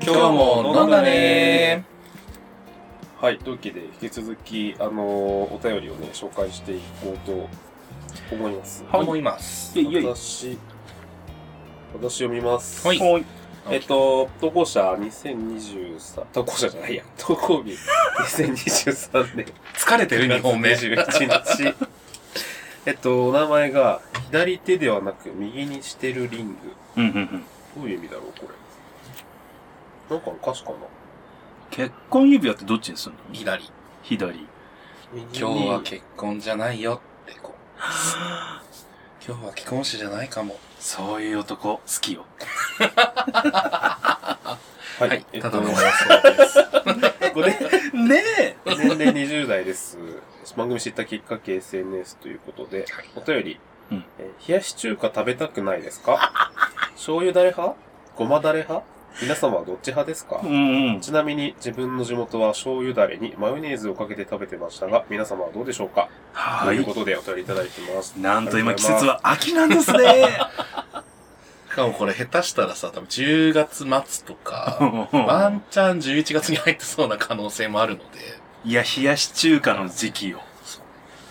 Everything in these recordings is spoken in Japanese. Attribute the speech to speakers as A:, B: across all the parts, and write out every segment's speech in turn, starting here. A: 今日も飲んだね
B: はい、というわけで引き続き、あのーお便りをね、紹介していこうと思います。
A: ー思います
B: い私、私読みます。
A: はい
C: はい。
B: えっと、投稿者2023、投稿者じゃないや、投 稿日2023年
A: 疲れてる2本目
B: 21日。えっと、お名前が、左手ではなく右にしてるリング。
C: うんうんうん。
B: どういう意味だろう、これ。なんかの歌詞かな
C: 結婚指輪ってどっちにするの
A: 左
C: 左。
B: 右に
A: 今日は結婚じゃないよってこう今日は既婚者じゃないかも
C: そういう男、好きよ。
B: は
A: はい
B: えったと、
A: だの 妄
B: ごね
C: ねえ
B: 年齢20代です。番組知ったきっかけ SNS ということで、お便り、
C: うん
B: えー冷やし中華食べたくないですか醤油だれ派ごまだれ派皆様はどっち派ですか、
C: うんうん。
B: ちなみに自分の地元は醤油だれにマヨネーズをかけて食べてましたが、皆様はどうでしょうか、
C: は
B: というこ
C: い。
B: とでお便りいただいてます。
C: なんと今季節は秋なんですね。
A: しかもこれ下手したらさ多分10月末と
C: う
A: か
C: ん うん
A: ワンチャン11月に入ってそうな可能性もあるので
C: いや、冷やし中華の時期よ。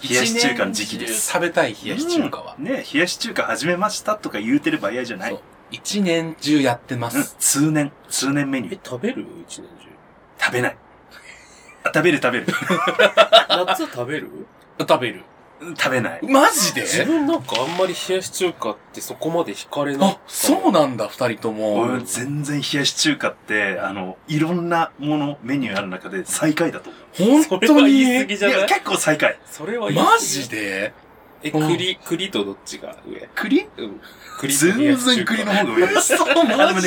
C: 冷やし中華の時期です
A: 一年中食べたい冷やし中華は、
C: うんねえ冷やし中華始めましたとか言うてる場合じゃない。
A: そうう一年中やってま
C: ん
A: す、
C: 通年、通年メニュ
B: え
C: ー。、
B: 食べる一年
C: 食べない。あ食べる食べる。
B: 中。夏食べる
A: 食べる
C: 食べない。
A: マジで
B: 自分なんかあんまり冷やし中華ってそこまで惹かれない。
A: あそうなんだ二人とも、
C: 俺全然冷やし中華って、あの、いろんなもの、メニューある中で最下位だと思う。
A: 本
B: それ
A: 当
B: は
A: に
B: 言い過ぎじゃない
C: いや、結構最下位。
B: それは
A: マジで
B: え、
A: うん
B: 栗、栗とどっちが上
C: 栗
B: うん。栗と
C: 全
B: 冷やし
C: 然
B: 中華
C: 栗の方が上です。
A: 嘘
C: あ、でもね、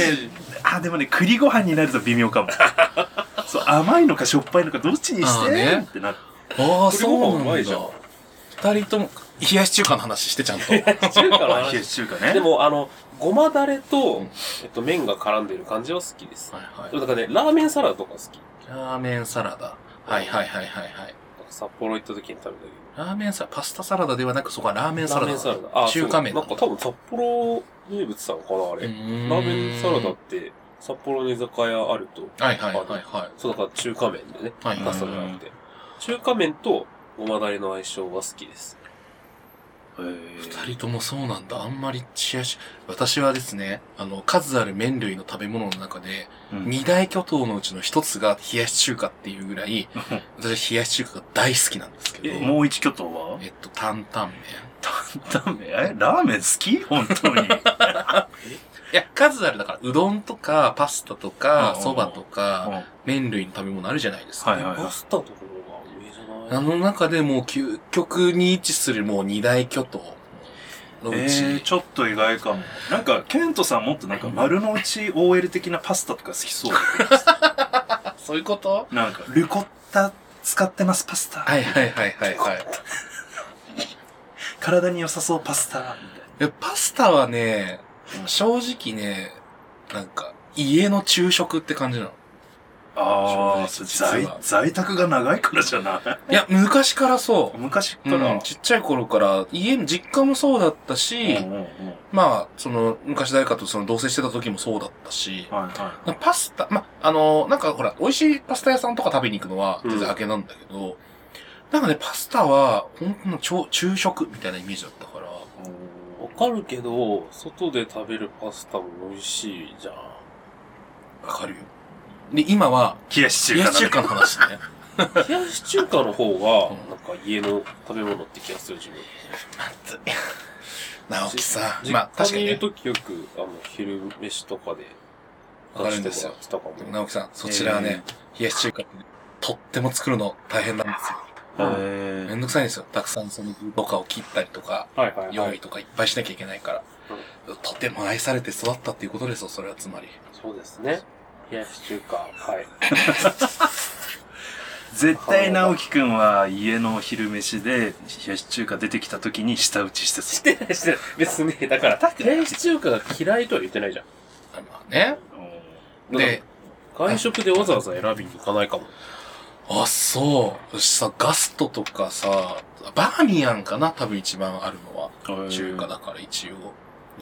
C: あ、でもね、栗ご飯になると微妙かも。そう、甘いのかしょっぱいのかどっちにし
A: あー
C: て、
A: ね
C: ってなる。
A: ああ、
B: 栗
A: そう
B: ご
A: なん
B: 飯う
A: だ。
B: まいじゃん
A: 二人とも、冷やし中華の話してちゃんと。
B: 中華の
C: まあ冷や
B: 話
C: し中華ね。
B: でも、あの、ごまだれと、
A: うん
B: えっと、麺が絡んでる感じは好きです。
A: はい
B: だからね、ラーメンサラダとか好き。
A: ラーメンサラダ。はいはいはいはいはい。
B: 札幌行った時に食べたけど。
A: ラーメンサラダ、パスタサラダではなく、そこはラーメンサラ
B: ラー
A: ダ。
B: メンサラダ。あ、
A: 中華麺
B: そ
A: な
B: うなん
A: だ
B: んか多分札幌名物なのかな、あれ。
A: ーん
B: ラーメンサラダって、札幌の居酒屋あると、
A: はいはいはいは
B: そうだから中華麺でね、
A: はい
B: パスタじゃなくて。中華麺とごまだれの相性は好きです。
C: へー
A: い。二人ともそうなんだ。あんまりチアし、私はですね、あの、数ある麺類の食べ物の中で、
C: うん
A: 二大巨頭のうちの一つが冷やし中華っていうぐらい、私冷やし中華が大好きなんですけど、
C: もう一巨頭は
A: えっと、担々麺。
C: ダメえラーメン好き本当に。
A: いや、数ある、だから、うどんとか、パスタと
C: うん
A: か
C: う、ん
A: そばとか、
C: は
A: 麺類の食べ物あるじゃないですか。
C: いはい
B: パ
C: は
B: スタとかの方が上じゃない
A: あの中でもう究極に位置するもう二大巨頭のう
C: い。え
A: ち、
C: ー、ちょっと意外かも。なんか、ケントさんもっとなんか丸の内 OL 的なパスタとか好きそう。
A: あそういうこと
C: なんか、ルコッタ使ってますパスタ。
A: はいはいはいはいはい。
C: 体に良さそうパスタ。み
A: いやパスタはね
C: う、ん
A: 正直ね、なんか、家の昼食って感じなの。
C: たいな。ああ、
A: そ
C: そうう
A: 実は
C: 在、在宅が長いからじゃない
A: いや、昔からそう。
C: 昔か
A: う
C: ら。
A: ん、ちっちゃい頃から、家の実家もそうだった
C: う
A: し、
C: んうんうん
A: まあ、その、昔誰かとその同棲してた時もそうだったし、
C: はいは
A: なんかパスタ、ま、あの、なんかほら、美味しいパスタ屋さんとか食べに行くのは、
B: うん
A: 全然明けなんだけど、なんかね、パスタは、ほんとの超昼食みたいなイメージだったから、
C: い。
B: わかるけど、外で食べるパスタも美味しいじゃん。
A: わかるよ。で、今は、
C: 冷やし中
A: 冷
C: 華
A: や
C: だ
A: し中華の話 ね。
B: 冷やし中華の方
A: う
B: が
A: ん、
B: なんか家の食べ物って気がする自分。
A: まずい。直樹さん。
B: 実
A: まあ、確か
B: 家
A: に
B: にいる
A: ね。
B: ときよく、あの、昼飯とかで、
A: わかるんですよ
B: 出してもらってたかも。
A: 直樹さん、そちらはね、冷やし中華って、とっても作るの大変なんですよ。
C: へ
A: めんどくさいんですよ。たくさんその具とかを切ったりとか、
B: はいはいは
A: 用
B: い
A: 意。とかいっぱいしなきゃいけないから。とても愛されて育ったっていうことですよ、それはつまり。
B: そうですね。冷やし中華。 はい。
C: 絶対直樹くんは家の昼飯で冷やし中華出てきた時に舌打ちしてそ
B: してないしてない。別に、だから、冷やし中華が嫌いとは言ってないじゃん。
A: あまあね。
C: う。うん
A: で、
B: 外食でわざわざ選びに行かないかも。
A: あ、そう。私さ、ガストとかさ、バーミヤンかな多分一番あるのは。中華だから一応。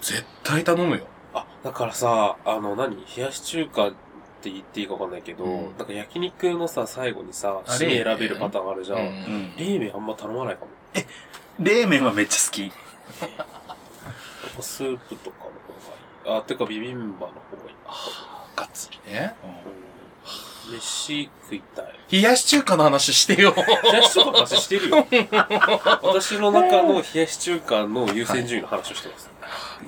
A: 絶対頼むよ。
B: あ、だからさ、あの、何冷やし中華って言っていいかわかんないけど、
A: うん
B: なんか焼肉のさ、最後にさ、
A: あ
B: 締め
A: 冷麺
B: 選べるパターンあるじゃ。
A: うん。
C: うんん。
B: 冷麺あんま頼まないかも。
C: 冷麺はめっちゃ好き。
B: やっぱスープとかの方がいい。あ、てかビビンバの方がいい。
A: ガッツリね。
B: うん、飯食いたい。
A: 冷やし中華の話して よ。
B: 冷やし中華の話してる よ。私の中の冷やし中華の優先順位の話をしてます。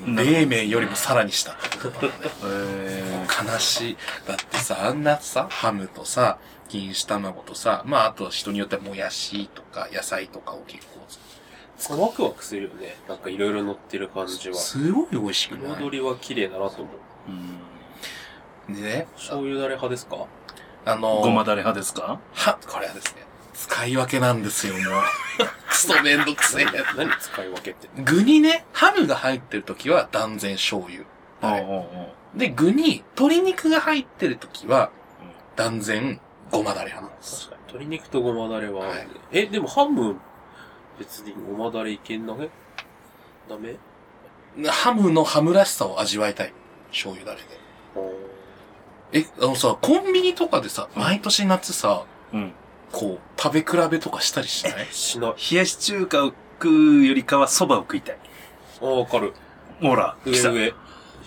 A: 冷麺よりもさらに したってことだね。
C: え
A: 悲しい。だってさ、あんなさ、ハムとさ、錦糸卵とさ、まああとは人によってはもやしとか野菜とかを結構
B: ワクワクするよね。なんかいろいろ乗ってる感じは。
A: すごい美味しくな
B: 彩
A: い
B: りは綺麗だなと思う。
C: うん。
A: でね、
B: 醤油だれ派ですか
A: あの、
C: ごまだれ派ですか
A: は、これはですね、使い分けなんですよ、もう。 クソめんどくせえ。
B: 何何使い分けって。
A: 具にね、ハムが入ってる時は断然醤油。
C: は。
A: はいい。で、具に鶏肉が入ってる時は
C: うん、
A: 断然ごまだれ派なんです。
B: 確かに。鶏肉とごまだれは、
A: はい
B: え、でもハム、別にごまだれいけんなねダメ
A: ハムのハムらしさを味わいたい。醤油だれで。え、あのさ、コンビニとかでさ、
C: うん
A: 毎年夏さ、
C: うん。
A: こう、食べ比べとかしたりしない
B: しない。
C: 冷やし中華を食うよりかは蕎麦を食いたい。
B: あわかる。
C: ほら、
B: 上
C: 来た。
B: 上。冷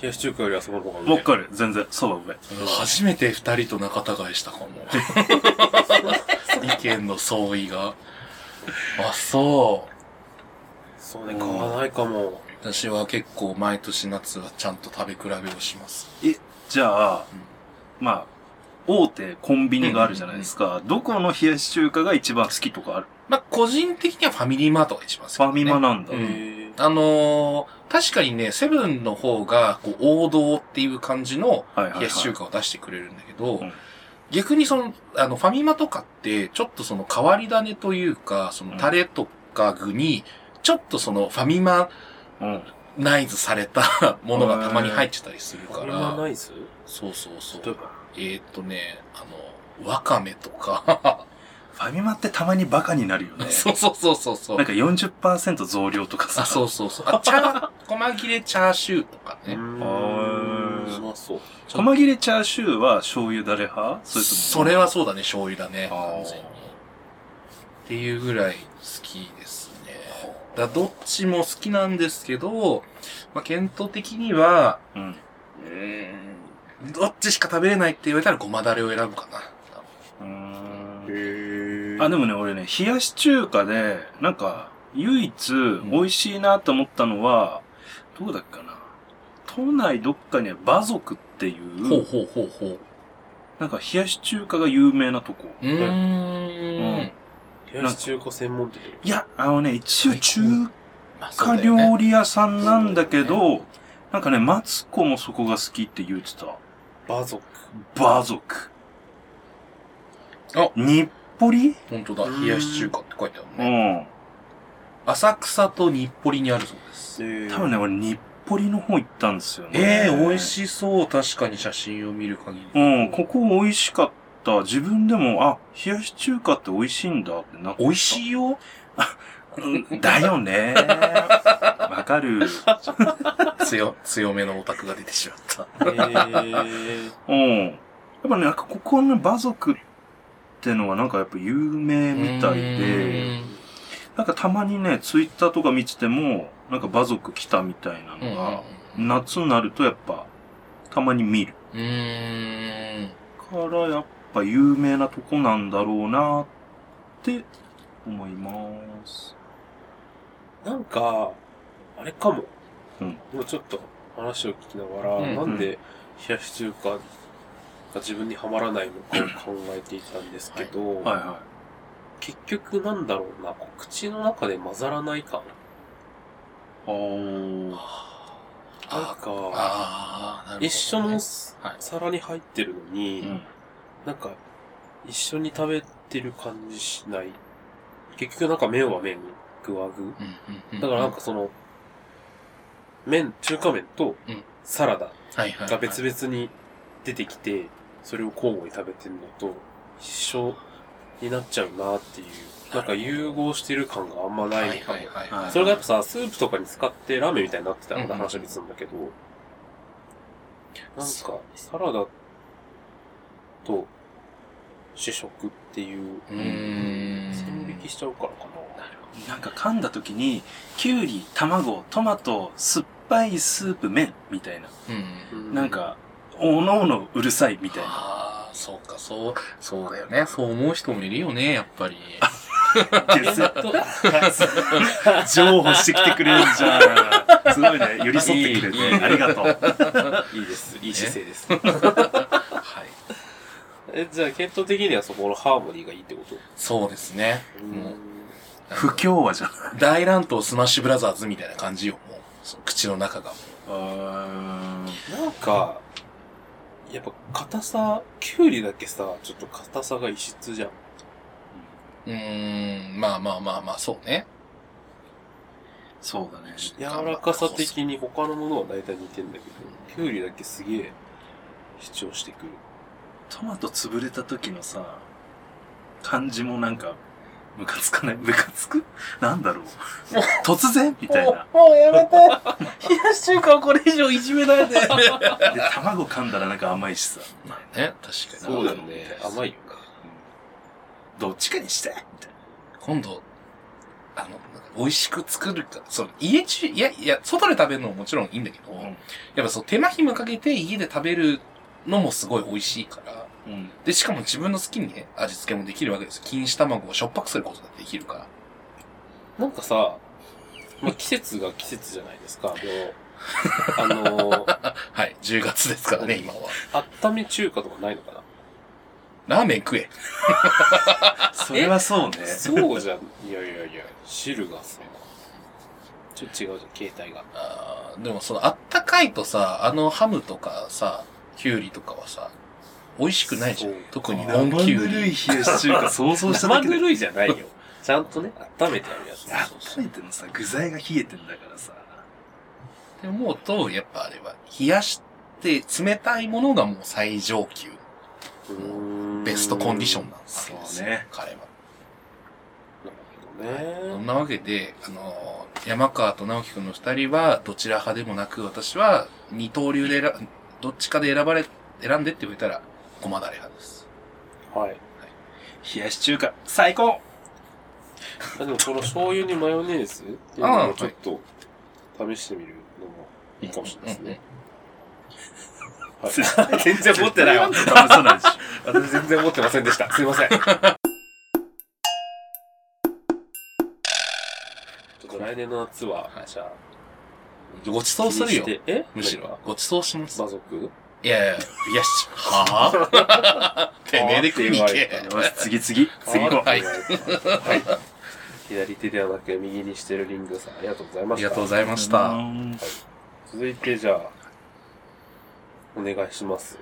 B: やし中華よりはそこの方が上。
C: わかる。全然、蕎麦上。
A: 初めて二人と仲違いした かも。意見の相違が。あ、そう。
B: そうね、買わないかも。
A: 私は結構毎年夏はちゃんと食べ比べをします。
C: じゃあ、まあ、大手コンビニがあるじゃないですか。どこの冷やし中華が一番好きとかある
A: まあ、個人的にはファミリーマートが一番好き、
C: ファミマ
A: の。
C: なんだ。
A: う
B: へ
A: ん
B: え。
A: あのー、確かにね、セブンの方が、こう、王道っていう感じの
C: はいはい、はい。
A: 冷やし中華を出してくれるんだけど、
C: うん
A: 逆にその、あの、ファミマとかって、ちょっとその変わり種というか、そのタレとか具に、ちょっとそのファミマ
C: うん。
A: ナイズされた ものがたまに入ってたりする
B: ファ
A: か
B: ミマ
A: ら、
B: ナイズ
A: そうそうそ
B: 例え
A: う。
B: ば。
A: えーっとね、あの、わかめとか、。
C: ファミマってたまにバカになるよね
A: そうそうそうそうそ
C: なん
A: う。
C: か40%増量とかさ。。
A: あ、そううそうそう。あ、チャー、細切れチャーシューとか
B: う
A: ね。
B: ん
C: あー
B: うまそう。
C: 細切れチャーシューは醤油だれ派そ
A: そ
C: れと
A: れ
C: も。
A: はそうだね、醤油だね。
C: あー
A: 完全にっていうぐらい好きですね。だどっちも好きなんですけど、まあ、検討的には、
C: うん。
A: うーん、どっちしか食べれないって言われたらごまだれを選ぶかな。
C: うーん
B: へ
C: あ、でもね、俺ね、冷やし中華で、なんか、唯一美味しいなと思ったのは、どうだっけかな。都内どっかには馬族ってい
A: ほう
C: う、
A: ほうほうほう。
C: なんか冷やし中華が有名なとこ。
A: うー
C: うんん。
B: 冷やし中華専門店。
C: いや、あのね、一応中
A: まあそう
C: 華
A: だよね
C: 料理屋さんなんだ
A: そう
C: け
A: だ
C: ど、なんかね、マツコもそこが好きって言ってた。
B: バ族。
C: 馬族。
A: あ
C: 日暮里
A: 本当だ。
B: うん
A: 冷やし中華って書いてあ
C: う
A: るね。
C: ん。
A: 浅草と日暮里にあるそうです。
C: 多分ね、俺日暮里の方行ったんですよね。
A: ええ美味しそう。確かに写真を見る限り。
C: うん、ここ美味しかった。自分でも、あ、冷やし中華って美味しいんだってなった。
A: 美味しいよ。
C: うんだよ ね。わかる。
A: 強、 強めのオタクが出てしまった。
B: へー。
C: うん。やっぱね、なんかここのね馬族ってのはなんかやっぱ有名みたいで、なんかたまにね、ツイッターとか見てても、なんか馬族来たみたいな
A: うーん。
C: のが、夏になるとやっぱ、たまに見る。
A: うーん。
C: からやっぱ有名なとこなんだろうなって思います。
B: なんか、あれかも。
C: うん
B: 今ちょっと話を聞きながら、
A: うん
B: なんで冷やし中華が自分にはまらないのかを考えていたんですけど、
C: はいは
B: 結局なんだろうな、こう口の中で混ざらない感。
C: い。おー。
B: なん
A: ああ
B: か、
A: ー、なるほどね
B: 一緒のす
A: はい
B: 皿に入ってるのに、なんか、一緒に食べてる感じしない。結局なんか麺は麺、具は具。
A: うんうんうん。
B: だからなんかその、麺、中華麺と
A: うん
B: サラダ
A: はいはいはい
B: が別々に出てきて、それを交互に食べてるのと一緒になっちゃうなっていう、なんか融合してる感があんま
A: は
B: ない
A: は
B: いのかも
A: いはい
C: は
A: はいい。
B: それがやっぱさ、スープとかに使ってラーメンみたいになってたらまた
A: うんうん
B: 話は別なんだけど、なんか、サラダと主食っていう、
A: うーん。
B: 線引きしちゃうからかな。
C: なんか噛んだ時に、きゅうり、卵、トマト、酸っぱいスープ、麺、みたいな。
A: うん。
C: なんか、おのおのうるさい、みたいな。
A: ああ、そうか、そう、そうだよね。そう思う人もいるよね、やっぱ り。
C: ゲ スッと、譲歩してきてくれるじゃん。すごいね、寄り添ってくれて、
B: いいいい
C: ありがとう。
B: いいです。いい姿勢です。
A: はい。
B: え、じゃあ、検討的にはそこのハーモニーがいいってこと
A: そうですね。
B: うん。
C: 不協和じゃん。
A: 大乱闘スマッシュブラザーズみたいな感じよ、もう。そう口の中がも
B: なんか、やっぱ硬さ、キュウリだけさ、ちょっと硬さが異質じゃん。
A: う。うーん、まあまあまあまあ、そうね。
C: そうだね。
B: 柔らかさ的に他のものは大体似てんだけど、キュウリだけすげえ主張してくる。
C: トマト潰れた時のさ、感じもなんか、ムカつかないムカつくなんだろう。突然みたいな。
A: もうやめて冷やし中華をこれ以上いじめないでね、
C: で、卵噛んだらなんか甘いしさ。
A: 確かに。
C: そうだよね
B: 甘いよ
C: どっちかにしてみたい
A: 今度、あの、美味しく作るか、そう、家中、いや、いや、外で食べるのももちろんいいんだけど、
C: ん
A: やっぱそう、手間暇かけて家で食べるのもすごい美味しいから、
C: な。うん。
A: で、しかも自分の好きにね、味付けもできるわけですよ。錦糸卵をしょっぱくすることだってできるから。
B: なんかさ、まあ、季節が季節じゃないですか。でも、あの
A: はい、10月ですからね、今は。
B: 温め中華とかないのかな
A: ラーメン食え。
C: それはそうね。
B: そうじゃん。いやいやいや、汁がさ、ちょっと違うじゃん、携帯が。
A: あーでもその、あったかいとさ、あのハムとかさ、キュウリとかはさ、美味しくないじゃん
B: そう。
A: 特に
C: 生
A: 温
C: ぬる
A: キ
C: い
A: ュウ
C: 冷
A: リ。
C: やし中華想像した
B: 生
C: だけ
B: ぬ
C: で。
B: るいじ ゃないよ。ちゃんとね、温めてあるやつ。
C: 温めてもさ、具材が冷えてんだからさ。
A: って思うと、やっぱあれは、冷やして冷たいものがもう最上級、ベストコンディションなわけです
C: そう
A: よ。
C: ね
A: 彼は。そん
B: なるほどね。
A: なわけで、あのー山川と直樹くんの二人は、どちら派でもなく、私は、二刀流で選、どっちかで選ばれ、選んでって言われたら、ごまだれ派です。
B: はい。
C: 冷やし中華、最高
B: あでもこの醤油にマヨネーズっていうのをちょっと試してみるのもいいかもしれないですね。はい全然持ってないわ
C: 試。さないでしょ。
B: 私全然持ってませんでした。すいません。ちょっと来年の夏は、じゃあ、
A: ごちそうするよ
B: 気にし。て。え
A: むしろ。。ごちそうします
B: 馬。族
A: いやいや、よし。はぁてめえで食いに行け。
C: よし、次次。次行こ
A: はい
B: はい。左手ではなく右にしてるリングさん、ありがとうござい
A: あ
B: ま
A: り
B: した。
A: がとうご
B: い
A: ざいま
C: う。
A: した。
B: 続いて、じゃあ、お願いします。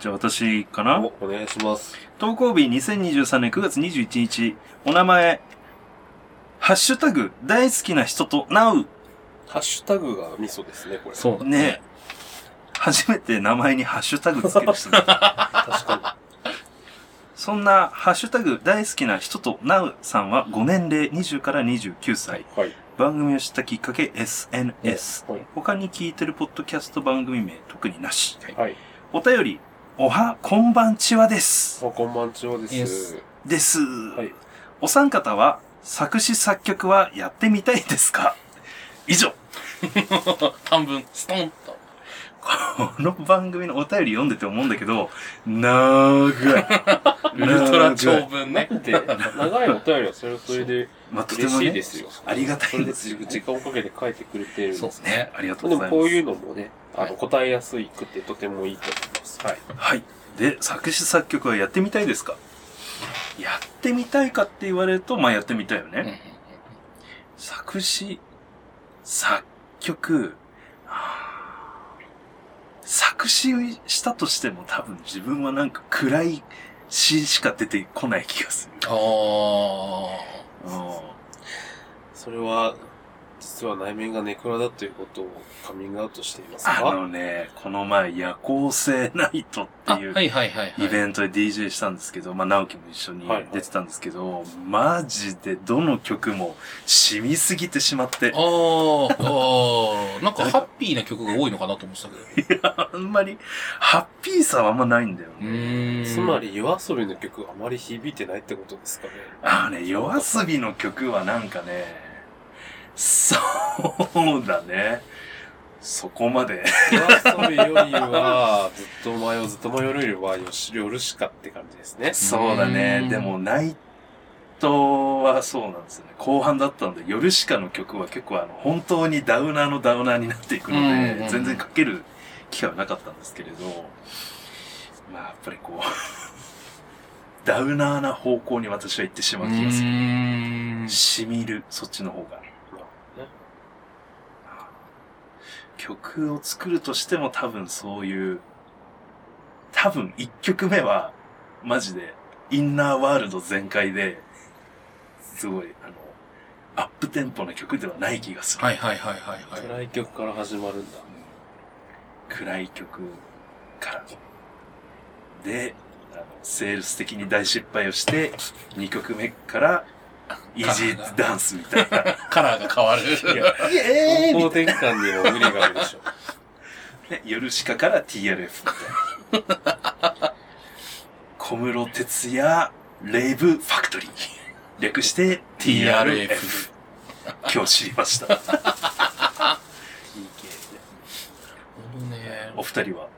C: じゃあ私かな
B: お、お願いします。
C: 投稿日2023年9月21日、お名前、ハッシュタグ、大好きな人となう。
B: ハッシュタグがミソですね、これ。う。
A: そうだ
C: ね
A: ね。
C: 初めて名前にハッシュタグつける人だ
B: 確か
C: そんな、ハッシュタグ、大好きな人となうさんは、ご年齢20から29歳。
B: に。はい。
C: 番組を知ったきっかけ、SNS。
B: はい。
C: 他に聞いてるポッドキャスト番組名、特になし。
B: はい。
C: お便り、おは、こんばんちはです。
B: おこんばんちはで
A: イエ
B: す。
A: ス
C: です。
B: はい。
C: お三方は、作詞作曲はやってみたいですか以上。
A: 短文、ストンと。
C: この番組のお便り読んでて思うんだけど、
A: ウ
C: 長い。
A: ルトラ長文ね。
B: で、長いお便りはそれはそれで
C: まあ、とて
B: 嬉
C: も
B: しい
C: ね
B: で、すよ。
C: ありがたいで
B: そ
C: すよ
B: れで時間をかけて書いてくれてるんです
A: そうですね。
C: ありがとう
B: で
C: ご
B: も
C: ざいます。
B: こういうのもね、あ
A: は
B: の、
A: い
B: 答えやすいくてとてもいいと思います。はい。
C: はい。で、作詞作曲はやってみたいですかやってみたいかって言われると、まあやってみたいよね。
A: うんうん
C: 作詞、作曲、はあ作詞したとしても多分自分はなんか暗い詩しか出てこない気がする。
A: ああ。
C: うん
B: それは、実は内面がネクラだということをカミングアウトしています
C: あ
B: か
C: のね、この前、夜行性ナイトって
A: あ、
C: いう
A: はいはいはい、はい。
C: イベントで DJ したんですけど、まあ、直樹も一緒に
B: はいはい
C: 出てたんですけど、マジでどの曲も染みすぎてしまって、
A: あー、あー、なんかハッピーな曲が多いのかなと思ってたけど。
C: あんまり、ハッピーさはあんまないんだよ
A: う
C: ね。
A: ーん。
B: つま、り夜遊びの曲あまり響いてないってことですかね。
C: あのね、夜遊びの曲はなんかね、そうだね。そこまで。
B: 夜遊びよりは、ずっとお前をずっと迷うよりは、よし、夜しかって感じですね。
C: そうだ
A: うー
C: ね
A: ん。
C: でも、ナイトはそうなんですよね。後半だったんで、ヨルシカの曲は結構あの、本当にダウナーのダウナーになっていくの
A: うんうんう
C: で、
A: ん
C: 全然かける機会はなかったんですけれど、まあ、やっぱりこう、 ダウナーな方向に私は行ってし
A: う
C: まう気がする。
A: ーん。
C: しみる、そっちの方が。曲を作るとしても多分そういう、多分一曲目は、マジで、インナーワールド全開で、すごい、あの、アップテンポな曲ではない気がする。
A: はいはいはいはいはい。
B: 暗い曲から始まるんだ。
C: 暗い曲から。で、あの、セールス的に大失敗をして、2曲目から、イージーダンスみたいな。
A: カラーが変わる。
C: イエ
B: 方向転換にも無理があるでしょ。
C: ね、ヨルシカから TRF みたいな小室哲也レイブファクトリー。略して TRF。
A: TRF
C: 今日知りました。
A: ほんとね
C: お二人は。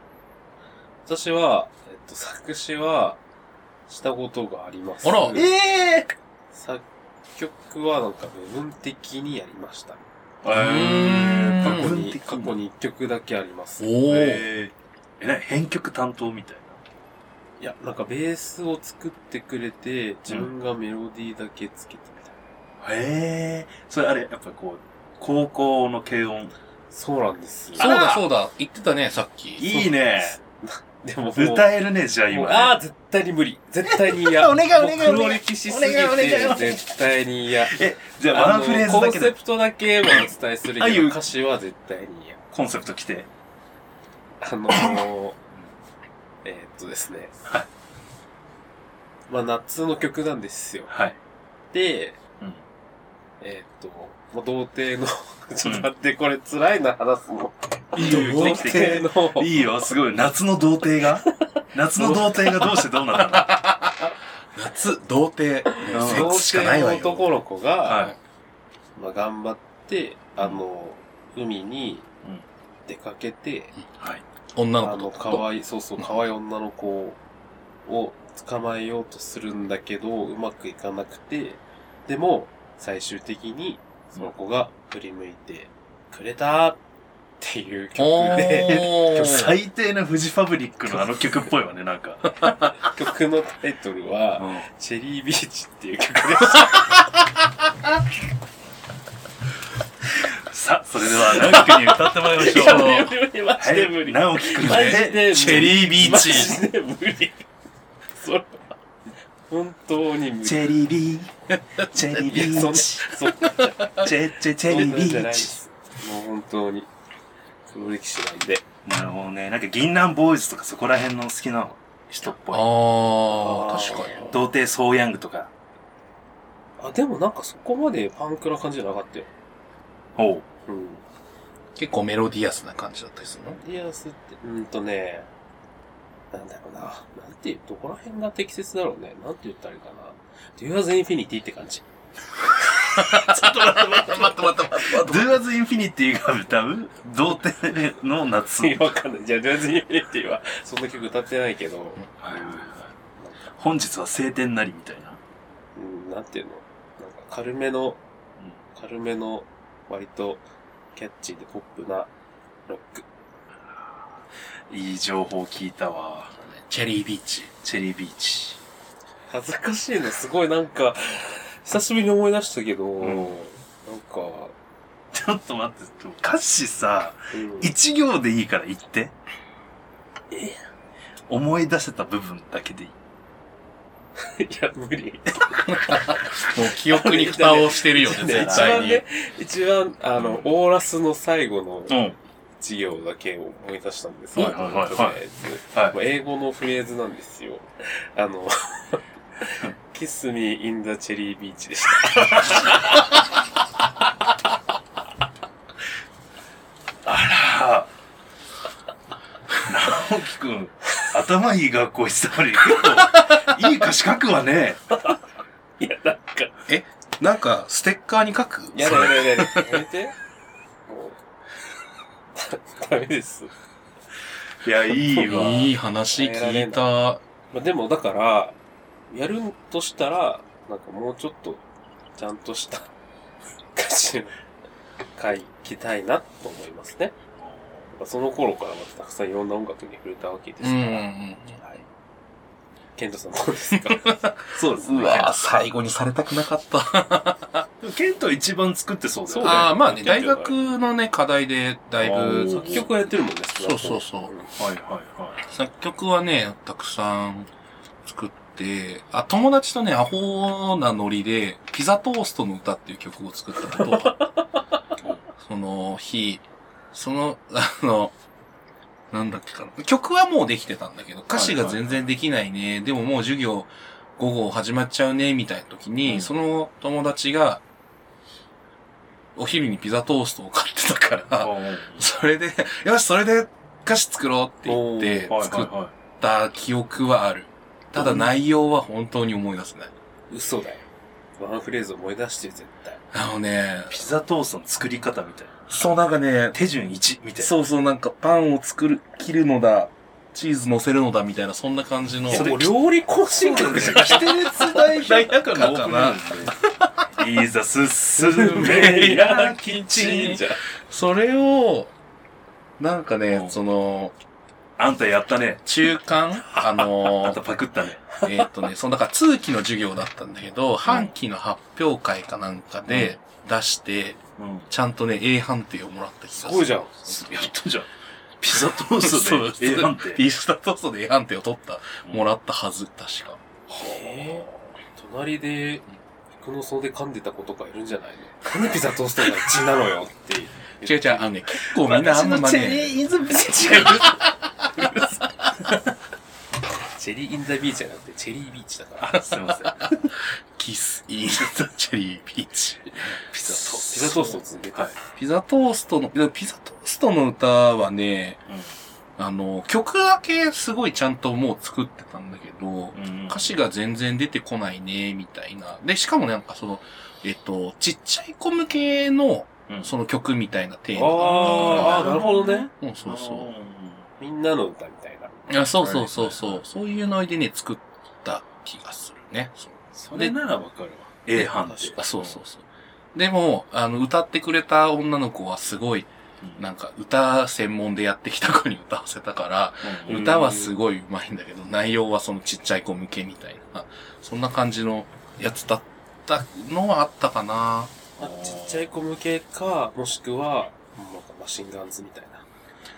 B: 私は、えっと、作詞は、したことがあります。
A: あら
C: え
B: 作曲はなんか部分的にやりました。
C: ー、え
A: うーん
B: 過
C: ー、
B: 去
C: 部分
B: に、
C: 的
B: 過去
C: に。
B: に一曲だけあります。い
A: おー。
C: えー、えなに編曲担当みたい
B: や、なんかベースを作ってくれて、自分がメロディーだけつけてみたいな。
C: な。えー、それあれ、やっぱこう、高校の軽音。
B: そうなんですよ。
A: そう
C: あ
A: だ
C: ら
A: そうだ、言ってたね、さっき。
C: いいね。
B: でももう、
C: 歌えるね、じゃあ
B: もう
C: 今、ね。
B: ああ、絶対に無理。絶対に嫌。
C: お願いお願い
B: もう黒歴史しすぎ
C: お願いお願いお
B: て、
C: 願い
B: 絶対に嫌。
C: え、じゃあワンフレーズ
B: コ
C: だ
B: ン
C: け
B: セ
C: で
B: プトだけはお伝えする
C: あ
B: け
C: 言
B: ど、
C: う
B: 歌詞は絶対に嫌。
C: コンセプト来て。
B: あの ー、えーっとですね。
C: はい
B: まあ、夏の曲なんですよ。
C: はい。
B: で、
C: うん
B: えーっと、まあ、童貞の、ちょっと待って、これ辛いな、話すの。
C: いいよ
B: 童
C: 来て来て
B: 貞の、
C: いいよ、すごい。夏の童 貞が夏の童貞がどうしてどうなった
A: 夏、童貞。
C: うん
A: セッ
B: 童
A: クスしかない
B: 貞
A: わ
B: の
A: よ。
B: 男の子が、
C: のはい。
B: まあ、頑張って、あの、海に
C: うん
B: 出かけて、
C: はい。
A: 女
B: あ
A: の
B: の、
A: 子
B: 可
A: と。
B: 愛い、そうそう、可愛い女の子を捕まえようとするんだけど、うまくいかなくて、でも、最終的に、その子が振り向いてくれたっていう曲で、
A: お
C: 今日
A: ー。
C: 最低なフジファブリックのあの曲っぽいわね、なんか。
B: 曲のタイトル
C: う
B: は、
C: ん
B: チェリービーチっていう曲でした。
C: さあ、それでは、 直樹君に歌ってもらいましょう。は
B: マジで無
C: い、
B: 理。
C: 直樹君
B: マジで無
C: で、
B: 理
C: チェリービー
B: マ
C: チ。
B: ジで無理。それは、本当に無理。
C: チェリービー、 チェリービ
B: いやそ
C: ー
B: ん
C: チ、
B: そんな
C: チェ、チェ、チ
B: そ
C: ェリ
B: ん
C: ー
B: なん
C: ビ
B: じゃないで
C: ーチ。
B: す。もう本当に、黒歴史なんで。
C: なるほどね。なんか、銀杏ボーイズとかそこら辺の好きな人っぽい。
A: あー、確かに。
C: 童貞ソーヤングとか。
B: あ、でもなんかそこまでパンクな感じじゃなかったよ。
C: おう。
B: うん。
A: 結構メロディアスな感じだったりするの
B: ディアスって、うーんとね、なんだろうな。なんていう、どこら辺が適切だろうね。なんて言ったらいいかな。デュアーズインフィニティって感じ。
A: ちょっと待って待って待って待って待って
C: ドゥアズ・インフィニティが歌う童貞の夏。
B: いやわかんない。じゃあ、デュアーズインフィニティは、そんな曲歌ってないけど、なんか、
C: 本日は晴天なりみたいな。
B: うん、なんていうの。なんか軽めの、軽めの、割と、キャッチーでポップな、ロック。
C: いい情報聞いたわ。
A: チェリービーチ。
C: チェリービーチ。
B: 恥ずかしいな、すごいなんか、久しぶりに思い出したけど、
C: ん
B: なんか、
C: ちょっと待って、歌詞さ、
B: うん
C: 一行でいいから言って。思い出せた部分だけでいい。
B: いや、無理。
A: もう記憶に蓋をしてるよね、
B: 一
A: 絶対
B: 番
A: に
B: ね。、一番、あの、オーラスの最後の
C: うん。はい
B: 授業だけを思い出したんです
C: はいはいはいはい
B: とりあえず
C: はい
B: まあ英語のフレーズなんですよ。あ の、Kiss me in the cherry beach でした。
C: あら。直樹くん、 頭いい学校行ってたのに、けどいい歌詞書くわね。
B: いや、なんか、
A: なんか、ステッカーに書く
B: やだやだやだ、やめて。もう、ダメです。
C: いや、いいわ。
A: いい話聞いた。
B: まあ、でもだから、やるんとしたら、なんかもうちょっと、ちゃんとした 歌詞を書きたいなと思いますね。まあその頃からまたたくさんいろんな音楽に触れたわけで
A: う
B: す
A: ん
B: か
A: う
B: ら、
A: ん。
B: ケントさんどうですか そうです
A: うわぁ、最後にされたくなかった。
C: ケント一番作ってそうだよ
B: そうだよ
C: ね。
A: ああ、まあね、
B: やっ
A: 大
B: てるよ
A: 学のね、課題で、だい
C: あー
A: ぶ、
B: 作曲はやってるもんね。
A: そうそうそう
C: はいはいはい。
A: 作曲はね、たくさん作って、あ、友達とね、アホなノリで、ピザトーストの歌っていう曲を作ったこと がその日、その、あの、なんだっけかな。曲はもうできてたんだけど、歌詞が全然できないね。でももう授業午後始まっちゃうね、みたいな時に、
C: うん
A: その友達が、お昼にピザトーストを買ってたから、それで、よし、それで歌詞作ろうって言って
C: はいはい
A: 作っ
C: は
A: た記憶はある。ただ内容は本当に思い出せない。
B: うん嘘だよ。ワンフレーズ思い出して絶対。
A: あのね
C: い。、ピザトーストの作り方みたいな。
A: そうなんかね、
C: 手順1みたいな。
A: そうそうなんかパンを作る、切るのだ、チーズ乗せるのだみたいなそんな感じの。
C: それ
B: もう料理更新
C: そう
B: 曲で
C: で
B: すす
C: よ
B: よ。
C: 規定大大学のオープニングで。いざ進めやきちん。
B: じゃん
A: それを、なんか
C: う
A: ね、
C: ん
A: その、
C: あんたやったね。
A: 中間あ
C: あ
A: の
C: んたパクったね。
A: えーっとね、その、だから通期の授業だったんだけど、半期の発表会かなんかで出して、
C: うん。
A: ちゃんとね、A 判定をもらった気がす
B: す
A: る。
B: ごいじゃん。
C: やったじゃん。ピザト ーストで A 判定。
A: ピザトーストで A 判定を取った、
C: うん
A: もらったはず、確か。
B: へー隣で、服の袖噛んでた子とかいるんじゃないのなんでピザトーストが1なのよって。
A: 違う違う、あのね、結構みんなあんまね、
B: ーインザビーチ違う。チェリーインザビーチじゃなくて、チェリービーチだから。
C: あ、すいません。
A: キス・イン・ザ・チェリー・ピーチ。
C: ピザトー
B: ピザトーストを続けた。
C: はい
A: ピザトーストの、でもピザトーストの歌はね、あの、曲だけすごいちゃんともう作ってたんだけど、
C: うん
A: 歌詞が全然出てこないね、みたいな。で、しかもなんかその、えっと、ちっちゃい子向けの、
C: うん
A: その曲みたいなテーマだった
B: あーあー、
A: か
B: なるほどね。
A: ら。うん、そうそう。
B: みんなの歌みたいな。
A: いや、そうそうそうそう。そういうノリでね、作った気がするね。そう
C: それならわかるわ。A 判定。
A: あそうそうそう。でも、あの、歌ってくれた女の子はすごい、
C: うん。
A: なんか、歌専門でやってきた子に歌わせたから、
C: うん
A: 歌はすごい上手いんだけど、内容はそのちっちゃい子向けみたいな、そんな感じのやつだったのはあったかな。
B: まあちっちゃい子向けか、もしくは、なんかマシンガンズみたい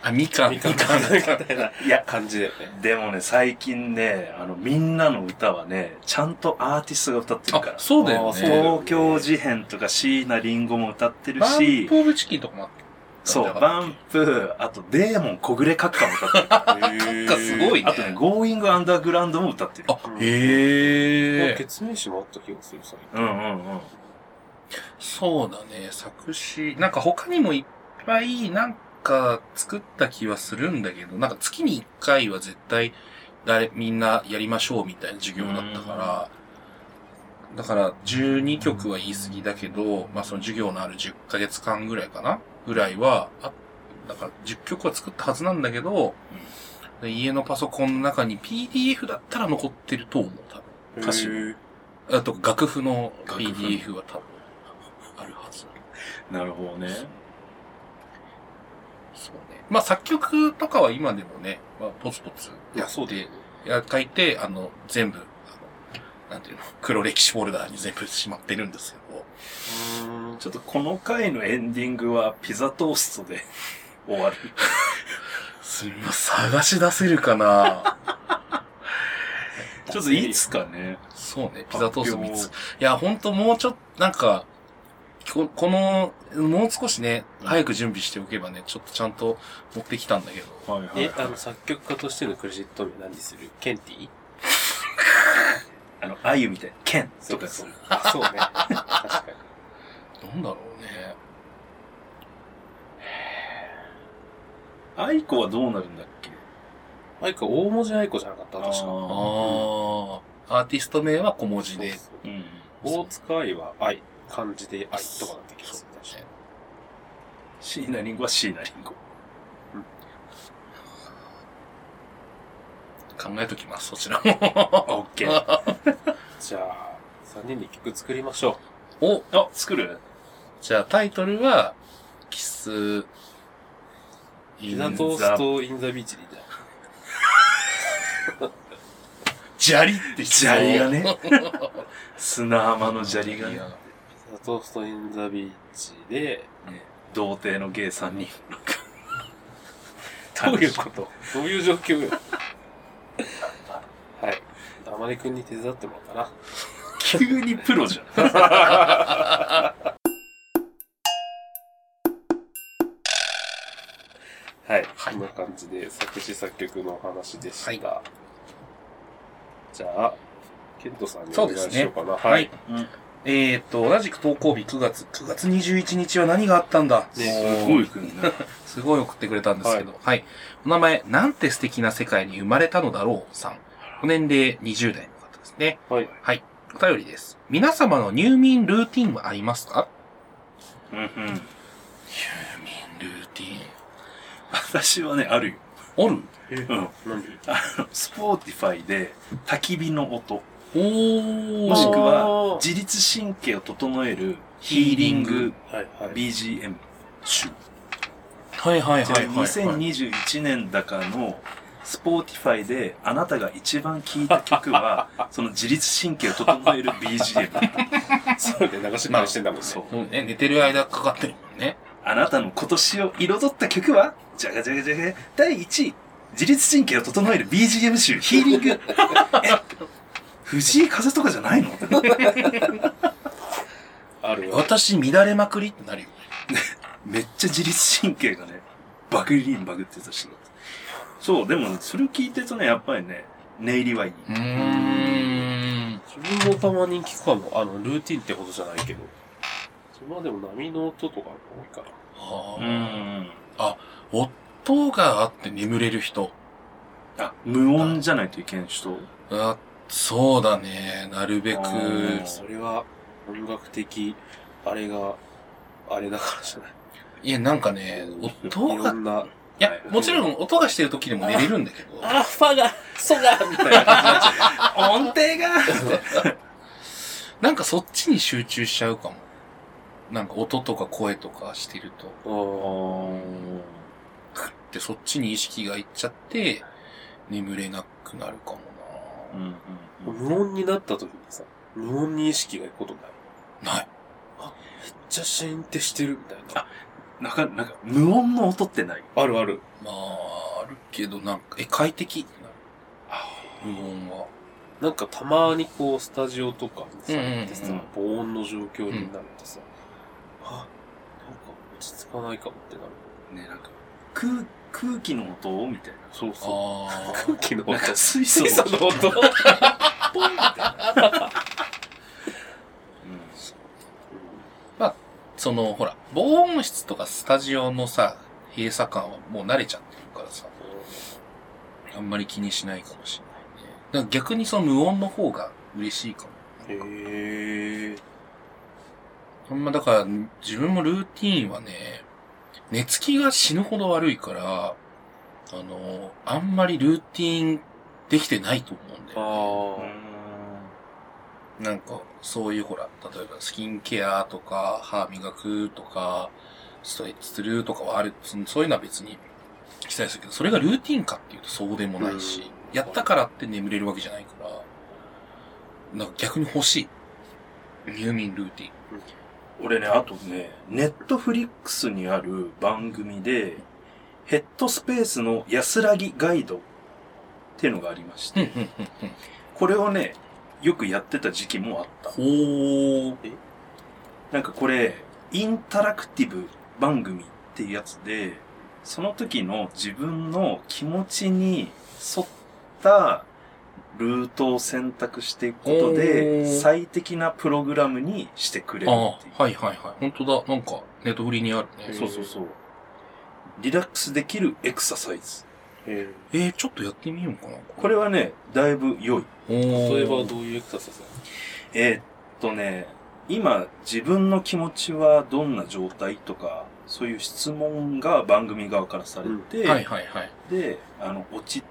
A: あ、みか
B: な。
A: ん、
B: み
A: み
B: か
A: か
B: ん
A: ん
B: み。たいない
C: や、
B: 感じだよね。
C: でもね、最近ね、あの、みんなの歌はね、ちゃんとアーティストが歌ってるか
A: あ、
C: ら。
A: そうだよ
B: あそうだよ
A: ね。
C: 東京事変とか椎名林檎も歌ってる
A: バン
C: し
A: プ、オブチキンとかもあったんじゃ
C: そ
A: な
C: う、
A: か
C: バ
A: ったっ
C: ンプ、あとデーモン小暮閣下も歌ってる。
B: なん
A: か すごいね
C: あとね、ゴーイングアンダーグラウンドも歌ってる。
A: けあ、へえ。
B: 血面師もあった気がする、それ。
C: うんうんうん。
A: そうだね、作詞。なんか他にもいっぱい、なんか作った気はするんだけど、なんか月に一回は絶対、誰、みんなやりましょうみたいな授業だったから、だから12曲は言い過ぎだけど、まあその授業のある10ヶ月間ぐらいかなぐらいは、あだから10曲は作ったはずなんだけど、で家のパソコンの中に PDF だったら残ってると思う、多分。歌詞
B: へ
A: あと、楽譜の
C: 楽譜
A: PDF は多分、あるはず。
C: なるほどね。
A: そうね。まあ、作曲とかは今でもね、まあ、ポツポツ
B: ー。いや、そうだよ
A: で、や書いて、あの、全部、あの、なんていうの、黒歴史フォルダーに全部しまってるんですけど。
B: うん
C: ちょっとこの回のエンディングはピザトーストで 終 わる。
A: すみません、探し出せるかな
C: ちょっといつかね。
A: そうね、ピザトースト3つ。いや、ほんともうちょっと、なんか、ここの、もう少しね、
B: うん
A: 早く準備しておけばね、ちょっとちゃんと持ってきたんだけど。
C: はいはい。
B: え、あの、作曲家としてのクレジット名何にするケンティ
C: あの、あゆみたいな、ケンとか
B: そ
C: そうう
B: ね。。そうね。確かに。
A: なんだろうね。
C: あいこはどうなるんだっけ
B: アイコ、大文字アイコじゃなかった確
A: あ
B: か。
C: あ
A: あ、アーティスト名は小文字で。
B: そう
C: ー。うん。
B: そう大塚愛は愛。漢字で愛とかだった気がする。
A: そうね
C: 椎名林檎は椎名林檎。
A: 考えときます、そちらも。
C: オッケー。
B: じゃあ、3人で曲作りましょ
A: お、
C: あ、作る
A: じゃあタイトルは、キス、
B: う。
A: イ
B: ピザ
A: ン
B: トー
A: ザ
B: ス、トインザビーチでいいんだ。
A: 砂利って
C: 砂利がね。砂浜の砂利がね。
B: ピザトーストインザビーチで、
C: 童貞の芸3人。
B: どういうことどういう状況よ。はい。あまりくんに手伝ってもらおうかな。
C: 急にプロじゃん。
B: はい。
A: はい
B: こんな感じで作詞作曲のお話でした。
A: はい
B: じゃあ、ケントさんにお願いしようかな。
A: はい。。えっと、同じく投稿日9月、9月21日は何があったんだ
B: ね
C: すごい国ね。
A: すごい送ってくれたんですけど、はい。お名前、なんて素敵な世界に生まれたのだろうさん。ご年齢20代の方ですね。
B: はい。
A: はい。お便りです。皆様の入眠ルーティンはありますか
C: うんうん。
A: 入眠ルーティ
C: 私はね、あるよ。
A: ン。おる
C: うん。
B: 何
C: スポーティファイで焚き火の音、
A: おー。
C: もしく
B: お
C: は
B: ー
C: 自律神経を整えるヒーリング
B: はいはい。
C: BGM 集。
A: はいはい
C: こ
A: は
C: ち
A: い
C: ら
A: はい。
C: 2021年だかのスポーティファイであなたが一番聴いた曲 はその自律神経を整える BGM。
B: そうで流しっぱなしてんだもんね。
C: そう。
A: そうね、寝てる間かかってるもんね。
C: あなたの今年を彩った曲はじゃがじゃがじゃが第1位自律神経を整える BGM 集ヒーリングえ藤井風とかじゃないの
B: あるわ。
A: 私乱れまくりってなるよね。
C: めっちゃ自律神経がね、バグリンバグってた人だった。そう、でもね、それを聞いてるとね、やっぱりね、寝入りはいい。
A: うーん。
B: 自分もたまに聞くかも。あの、ルーティンってほどじゃないけど。自分はでも波の音とかが多いから。
A: は
C: う
A: あ
C: ん。
A: 音があって眠れる人。
C: あ、無音じゃないといけん人。
A: あ、そうだね。なるべく
C: あ。ー
B: それは音楽的、あれが、あれだからじゃない。
A: いや、なんかね、音
B: いろ
A: が、い
B: んな、
A: や、もちろん音がしてる時でも寝れるんだけど、
B: あ、ファが、ソが、みたいな感じになっ
C: 音程が
A: なんかそっちに集中しちゃうかも。なんか音とか声とかしてると、
B: ちゃう。おー
A: で、そっちに意識がいっちゃって、眠れなくなるかも
C: うんうんうん
B: 無音になった時にさ、無音に意識がいくことない。
A: な。ない。
B: めっちゃシーンってしてるみたいな。
C: なんか、なんか、無音の音ってない。
B: あるある。
A: まあ、あるけど、なんか、え、快適無音は。
B: なんかたまにこう、スタジオとかに
A: うんう
B: さ、
A: んうん
B: 行ってさ、防音の状況になるとさ、あ、なんか落ち着かないかもってなる。
C: ね、なんか、空、空気の音みたいな。
B: そう そう。
A: あ
B: 空気の音
C: なん。か水素
B: 水素
C: の
B: の音。
C: ポンみたいな。
A: その、ほら、防音室とかスタジオのさ、閉鎖感はもう慣れちゃってるからさ、あんまり気にしないかもしれないね。だから逆にその無音の方が嬉しいかも。
B: へえ。
A: あんまだから、自分もルーティーンはね、寝つきが死ぬほど悪いから、あの、あんまりルーティーンできてないと思うんだ
B: あ
A: よ。
C: う
B: あ。
C: ん
A: なんか、そういうほら、例えばスキンケアとか、歯磨くとか、ストレッチするとかはある、そそういうのは別に期待するけど、それがルーティンかっていうとそうでもないし、
B: うん
A: やったからって眠れるわけじゃないから、なんか逆に欲しい。入眠ルーティン。
C: 俺ね、あとね、ネットフリックスにある番組で、ヘッドスペースの安らぎガイドっていうのがありまして、
A: うんうんうんうん
C: ここれをね、よくやってた時期もあった。
A: ほー。
C: なんかこれ、インタラクティブ番組っていうやつで、その時の自分の気持ちに沿ったルートを選択していくこと
A: お
C: で、
A: ー
C: 最適なプログラムにしてくれる
A: あ
C: っていう。
A: あ、はいはいはい。本当だ。なんか、ネットフリにあるね。
C: そうそうそう。リラックスできるエクササイズ。
B: え
A: えー、ちょっとやってみようかな。
C: これはね、だいぶ良い。
A: おー
B: 例えばどういうエクササイズ
C: えーっとね、今自分の気持ちはどんな状態とか、そういう質問が番組側からされて、
A: はいはいはい。
C: で、あの、落ち、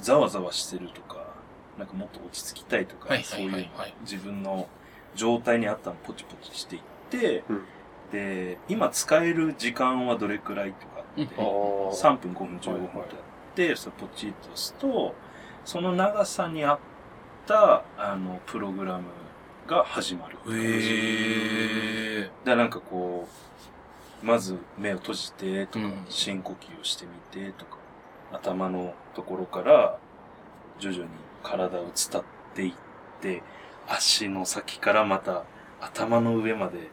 C: ざわざわしてるとか、なんかもっと落ち着きたいとか、
A: はい
C: そ
A: は
C: うい
A: いうはいはい。
C: 自分の状態に合ったのをポチポチしていって、
B: うん
C: で、今使える時間はどれくらいとかって、
A: うん
B: あ
C: 3分、5分、15分
B: はい
C: と
B: は
C: や
B: い
C: って、それポチッと押すと、その長さに合った、あの、プログラムが始まる。
A: へー。
C: で、なんかこう、まず目を閉じて、とか、
A: うん
C: 深呼吸をしてみて、とか、頭のところから、徐々に体を伝っていって、足の先からまた頭の上まで、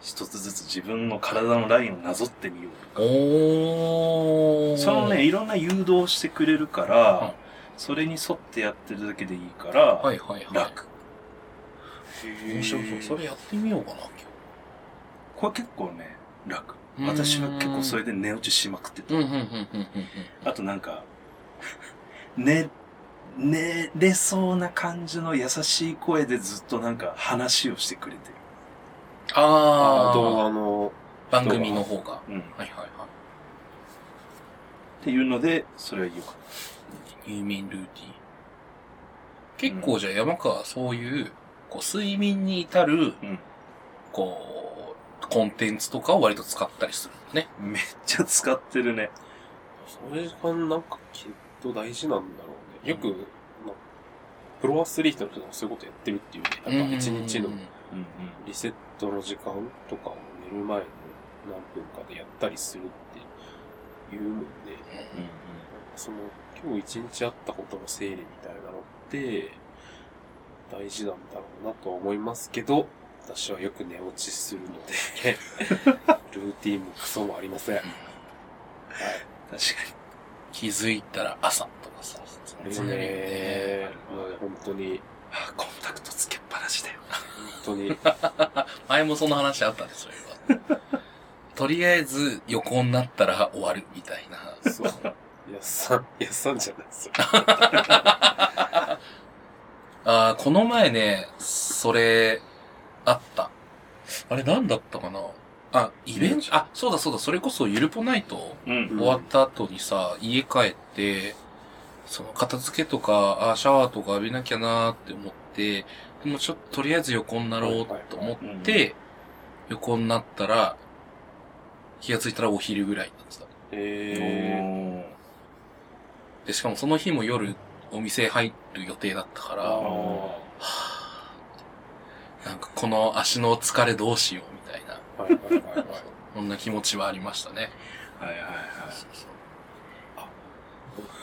C: 一つずつ自分の体のラインをなぞってみようとか
A: おー。
C: そのね、いろんな誘導をしてくれるから、
A: うん
C: それに沿ってやってるだけでいいから、
A: はいはいはい。
C: 楽。
A: 面白そう。それやってみようかな、
C: これ結構ね、楽。
A: 今日。
C: 私は結構それ
A: で。
C: で寝落ちしまくってた。
A: うんうんうんうんうんうん。
C: あとなんか、寝、寝れそうな感じの優しい声でずっとなんか話をしてくれて
A: あ
B: あ
A: ー。
B: あ、動画の、
A: 番組の方が。
C: る。うん。っ
A: はいはいは
C: ていうので、それは良かっ
A: い。入眠ルーティン。結構じゃあ山川はそういう、こう、睡眠に至る、
C: た。うん。
A: こう、コンテンツとかを割と使ったりするんだね。
C: めっちゃ使ってるね。
B: それがなんかきっと大事なんだろうね。よく、まあプロアスリートの人がそういうことやってるっていうね。なんか一日の
A: うんうん
C: うんうん。
B: リセットの時間とかを寝る前の何分かでやったりするっていうもんで、
C: うんうん。
B: その今日一日あったことの整理みたいなのって大事なんだろうなとは思いますけど、私はよく寝落ちするの で、ルーティンもクソもありません。はい。
C: 確かに。
A: 気づいたら朝とかさ、そ
B: ね
A: んなレベル
B: え
A: で、
B: もう本当に、
C: あ、コンタクトつけっぱなしだよ。
B: 本当に、
A: 前もその話あったね、それは。 とりあえず横になったら終わるみたいな。
B: そう。やっさん、やっさんじゃないですよ。
A: ああ、この前ね、それ、あった。あれ、なんだったかなあ、イベント、あ、そうだそうだ、それこそゆるぽないと
C: うん。
A: 終わった後にさ、家帰って、その片付けとか、あシャワーとか浴びなきゃなーって思って、でもちょっととりあえず横になろうと思って、横になったら、気がついたらお昼ぐらいなんです
B: え
A: で、しかもその日も夜、お店入る予定だったから、
B: ー、
A: は
B: あ
A: ぁなんかこの足の疲れどうしようみたいな、
B: ーはいはいはいはい。
A: そんな気持ちはありましたね。
C: はいはいはい。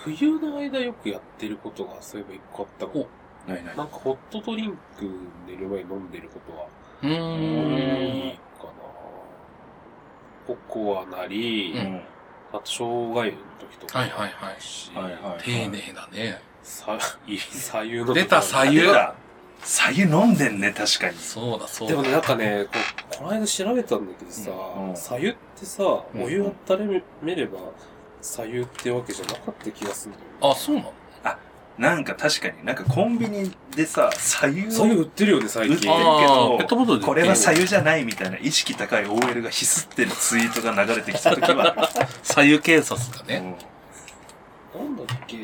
B: 冬の間よくやってることが、そういえば一個あったかも
C: ないない
B: なんかホットドリンク寝る前に飲んでることは、
A: う
B: い
A: ー
B: い
A: ん。
B: かなココアなり、
A: うん
B: あと生姜湯の時とか。
A: はいはいはい
B: し
C: はいはいはい。
A: 丁寧だね。
B: さ、いい、左右の時
A: 出た
C: あ。
A: 左
C: 出
A: 湯
C: た。左右飲んでんね、確かに。
A: そうだそうだ。
B: でもね、なんかね、こうこの間調べたんだけどさ
C: うんうん、
B: 左右ってさ、
A: うん
B: お湯温めれば、左右ってわけじゃなかった気がするんだよね。
A: あ、そうなの
C: なんか確かに、なんかコンビニでさ、左右
B: そういう
C: を
B: の売ってるよね、最
C: 売って
B: 近。
C: るけ
A: あ
C: ど
A: ーペットボトルで
C: これは左右じゃないみたいな意識高い OL がヒスってるツイートが流れてきた時は、
A: 左右警察だ
C: う
A: ね。
C: ん
B: なんだっけ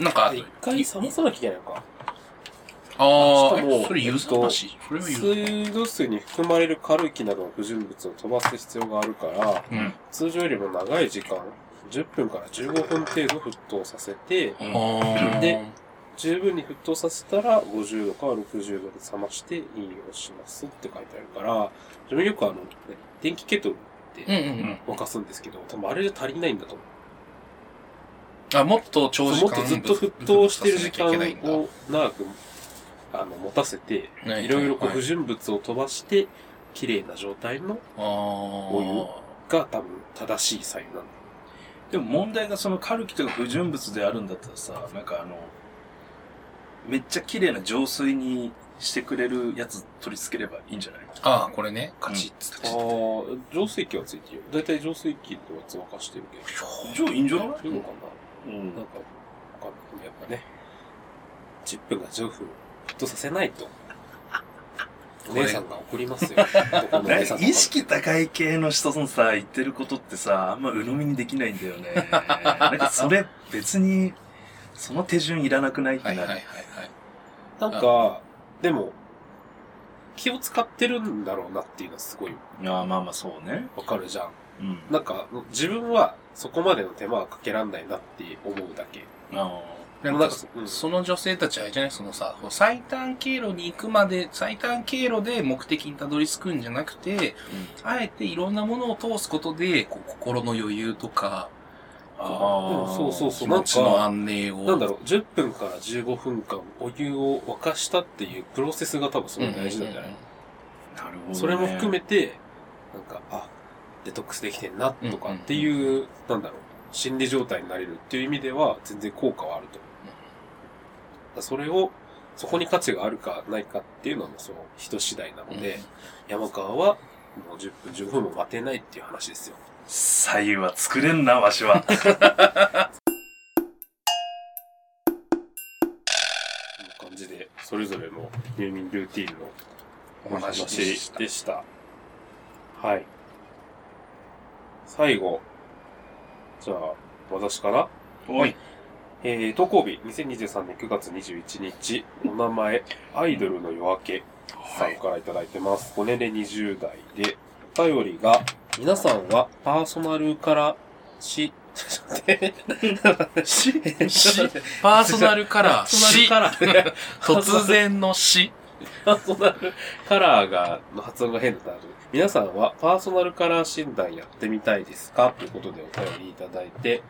A: なんか、
B: あ一回冷まさなきゃいけないのか。
A: あ
B: しかも
A: あ、それ許す話。それは許す話。
B: 水道水に含まれるカルキなどの不純物を飛ばす必要があるから、
A: うん。
B: 通常よりも長い時間、10分から15分程度沸騰させて、
C: うん
A: あー
B: で、十分に沸騰させたら50度から60度で冷まして飲用しますって書いてあるから、自分よくあの、ね電気ケトル
A: うん
B: で
A: うんうん。
B: 沸かすんですけど、多分あれで足りないんだと思う。
A: あ、もっと長時
B: も
A: 間
B: っとずっと沸騰してる時間を長く、あの、持たせて、いろいろこう不純物を飛ばして、綺麗な状態の
A: お
B: が多分正しい左右なんだ。
C: でも問題がそのカルキとか不純物であるんだったらさ、なんかあの、めっちゃ綺麗な浄水にしてくれるやつ取り付ければいいんじゃない
A: ああ、これね。カチッつって。
B: ああ、浄水器はついてるよ。だいたい浄水器のやつ沸かしてるけど。
C: じゃあいいんじゃない
B: そういうのか
C: う
B: な、なん
C: ん。
B: か、わかんない。やっぱね、10分が10分、沸騰させないと。お姉さんが怒りますよ。どこのお
C: な
B: 姉
C: ん
B: さ
C: か
B: んとか
C: 意識高い系の人のさ、言ってることってさ、あんま鵜呑みにできないんだよね。 なんかそれ別に、その手順いらなくないって
A: は
C: ないる。
A: はいはいはい。
B: なんか、でも、気を使ってるんだろうなっていうのはすごい
C: いや、まあまあそうね。
B: わかるじゃん。
C: うん。
B: なんか、自分はそこまでの手間はかけらんないなって思うだけ。
C: あ
A: でも
B: な
A: なん
B: ん
A: か
B: か、、うん
A: その女性たちはあれじゃないそのさ、こう最短経路に行くまで、最短経路で目的にたどり着くんじゃなくて、あえていろんなものを通すことで、こう心の余裕とか、
C: あ
B: う
C: ー
B: んそうそうそ
A: 気
B: う。な
A: 持
B: ん
A: ちの
B: か、
A: 安寧を。
B: なんだろう、10分から15分間お湯を沸かしたっていうプロセスが多分す
A: うん
B: ご
A: うんう
B: い
A: ん
B: 大事なんじゃない、
C: なるほど、ね。
B: それも含めて、なんか、あ、デトックスできてんなとかっていう、なんだろう、心理状態になれるっていう意味では全然効果はあると思う。だからそれを、そこに価値があるかないかっていうのもその人次第なので、山川はもう10分15分も待てないっていう話ですよ。
C: 左右は作れんな、わし は。
B: こんな感じで、それぞれの入眠ルーティンの
A: お
B: お
A: 話
B: 話
A: でした。
B: でした。はい。最後。じゃあ、私から
C: おい。
B: えー、投稿日、2023年9月21日、お名前、アイドルの夜明けさん。からいただいてます。ご年齢20代で、お便りが、皆さんはパーソナルからし、 ちょっと待って、
C: し、
A: し
C: し、
A: パーソナルカラー、し、
B: パーソナルカラー、
A: 突然のし。
B: パーソナルカラーが、の発音が変だったので、皆さんはパーソナルカラー診断やってみたいですかということでお便りいただいて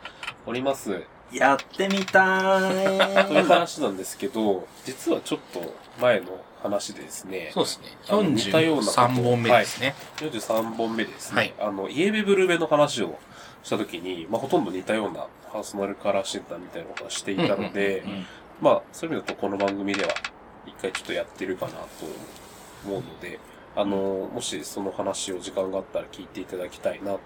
B: おります。
C: やってみた
B: という
C: ーい。
B: 話なんですけど、実はちょっと前の話でですね、
A: そうですね。
B: あの似たようなこと
A: 43本目ですね。
B: 43本目ですね、
A: はい
B: あの、イエベブルベの話をしたときに、まあ、ほとんど似たようなパーソナルカラー診断みたいなことをしていたので、
C: うん
B: まあ、そういう意味だとこの番組では一回ちょっとやってるかなと思うので、あの、もしその話を時間があったら聞いていただきたいなと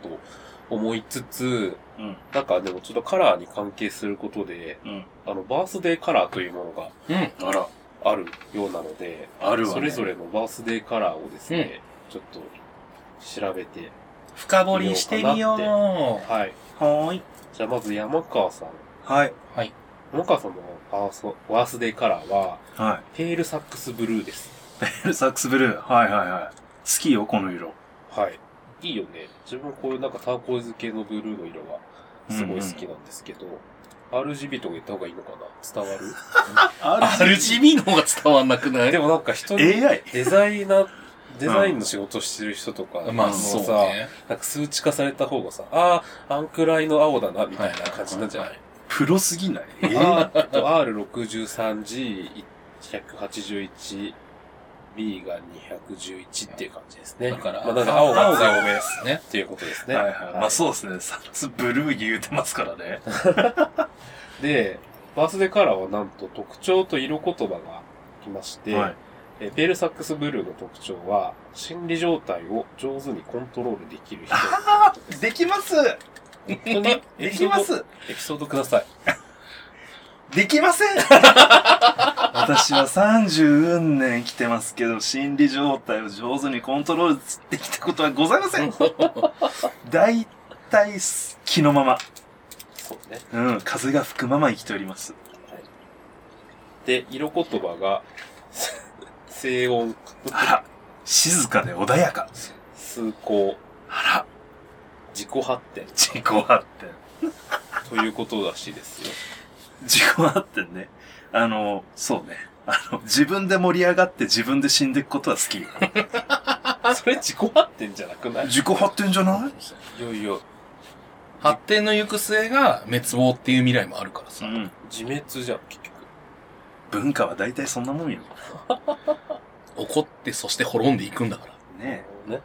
B: 思いつつ、
C: うん。
B: なんかでもちょっとカラーに関係することで、
C: うん。
B: あの、バースデーカラーというものが
A: うん。
C: あら、
B: あるようなので、
C: あるわ、ね。
B: それぞれのバースデーカラーをですね、ちょっと調べて、
A: 深掘りしてみよ
B: 見
A: う。
B: はい。
C: はーい。
B: じゃあまず山川さん。
C: はい。
A: はい。
B: 山川さんのパーソ、ワースデーカラーは、
C: は
B: ペールサックスブルーです。
C: い。サックスブルー。はいはいはい。好きよ、この色。
B: はい。いいよね。自分こういうなんかターコイズ系のブルーの色がすごい好きなんですけど、RGB とか言った方がいいのかな伝わる
A: RGB の方が伝わんなくない
B: でもなんか人に
C: AI?
B: デザイナー、デザインの仕事してる人とか、
A: ま
B: あ
A: あ
B: の
A: そう
B: さ、
A: ね。
B: なんか数値化された方がさ、ああ、あんくらいの青だな、みたいな感じなんじゃない
C: プロすぎない
B: あーえっと R63G181、B が211っていう感じですね。
A: だから
B: まあ、なんか青が
A: 青が
B: 多めです
A: ね。
B: っていうことです
C: は
B: ね。
C: いはい。まあそうですね。サックスブルー言うてますからね。
B: で、バースデーカラーはなんと特徴と色言葉がきまして、
C: はい。
B: えペールサックスブルーの特徴は、心理状態を上手にコントロールできる人。
C: できます
B: 本当にエピソードエピソードください。
C: できません私は30運年来てますけど、心理状態を上手にコントロールできたことはございません大体、気のまま。
B: そうね。
C: うん、風が吹くまま生きております。
B: で、色言葉が、 静音、
C: あら、静かで穏やか。
B: 崇高、
C: あら、
B: 自己発展
C: 自己発展。
B: ということらしいですよ。
C: 自己発展ね。あの、そうね。あの、自分で盛り上がって自分で死んでいくことは好き。
B: それ自己発展じゃなくない
C: 自己発展じゃない
B: いよいよ、
A: 発展の行く末が滅亡っていう未来もあるから
C: う
A: さ。
C: ん。
B: 自滅じゃん、結局。
C: 文化は大体そんなもんよ。
A: 怒って、そして滅んでいくんだから。
C: ね
B: ね。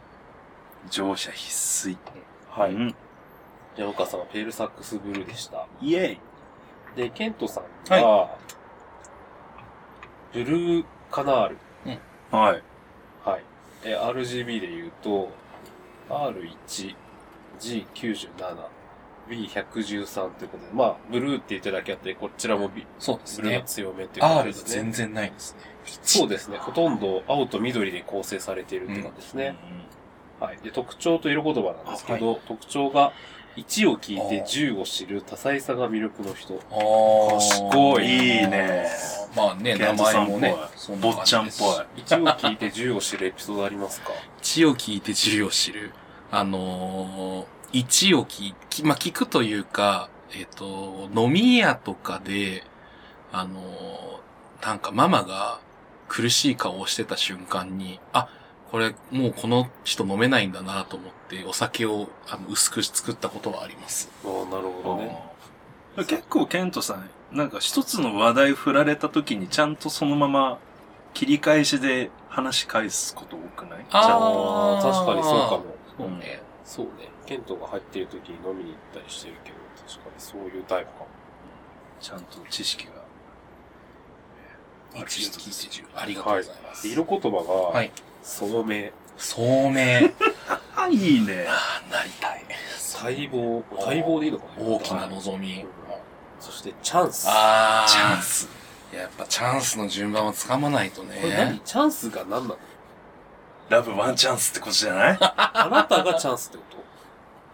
C: 乗車必須。
B: は
C: う
B: い。
C: ん。
B: じゃあ、岡さんはペールサックスブルーでした。
C: イェイ
B: で、ケントさんは、ブルーカナール。
C: はい。
B: はい。え、RGB で言うと、R1、G97、B113 ということで、まあ、ブルーって言ってるだけあって、こちらもビ
A: そうです
B: ブルーが
A: ね。
B: 強めっていうこと
A: R
B: で
A: が
B: すね。
A: 全然ないですね。
B: そうですね。ほとんど青と緑で構成されているって感じですね。はい。で、特徴と色言葉なんですけど、特徴が、1を聞いて10を知る多彩さが魅力の人。
A: あー
C: 賢いいいね。
A: まあね、
C: ケ
A: 名
C: ントさ
A: 前
C: んっぽ
A: も
C: い
A: ね、そん
C: 坊
A: な
C: っ
A: 感
C: ち
A: じ
C: ゃんっ
A: です
C: ぽい。
B: 1を聞いて10を知るエピソードあります か
A: 1を聞いて10を知る。あのー、1を聞き、まあ、聞くというか、えっ、と、飲み屋とかで、あのー、なんかママが苦しい顔をしてた瞬間に、あ、これもうこの人飲めないんだなと思って、お酒をあの薄く作ったことはあります。
B: おーなるほどね。
C: あー結構ケントさん、なんか一つの話題振られた時にちゃんとそのまま切り返しで話し返すこと多くない
A: あー
C: ちゃんと
B: ああ、確かにそうかも。
A: そうね。
B: そうね。ケントが入ってる時に飲みに行ったりしてるけど、確かにそういうタイプかも。
C: ちゃんと知識が。
A: 1を聞いて10。ありがとうございます。
B: 色言葉
A: は
B: が
A: い、
B: 聡明、
A: 聡明。
C: あ、いいね。
A: ああ、なりたい。
B: 待望、待望でいいのかな
A: 大きな望み。
B: そして、チャンス。
A: あ
C: チャンス。
A: やっぱチャンスの順番をつかまないと
B: これ何、
A: ね。
B: チャンスが何なの
C: ラブワンチャンスってことじゃない
B: あなたがチャンスってこと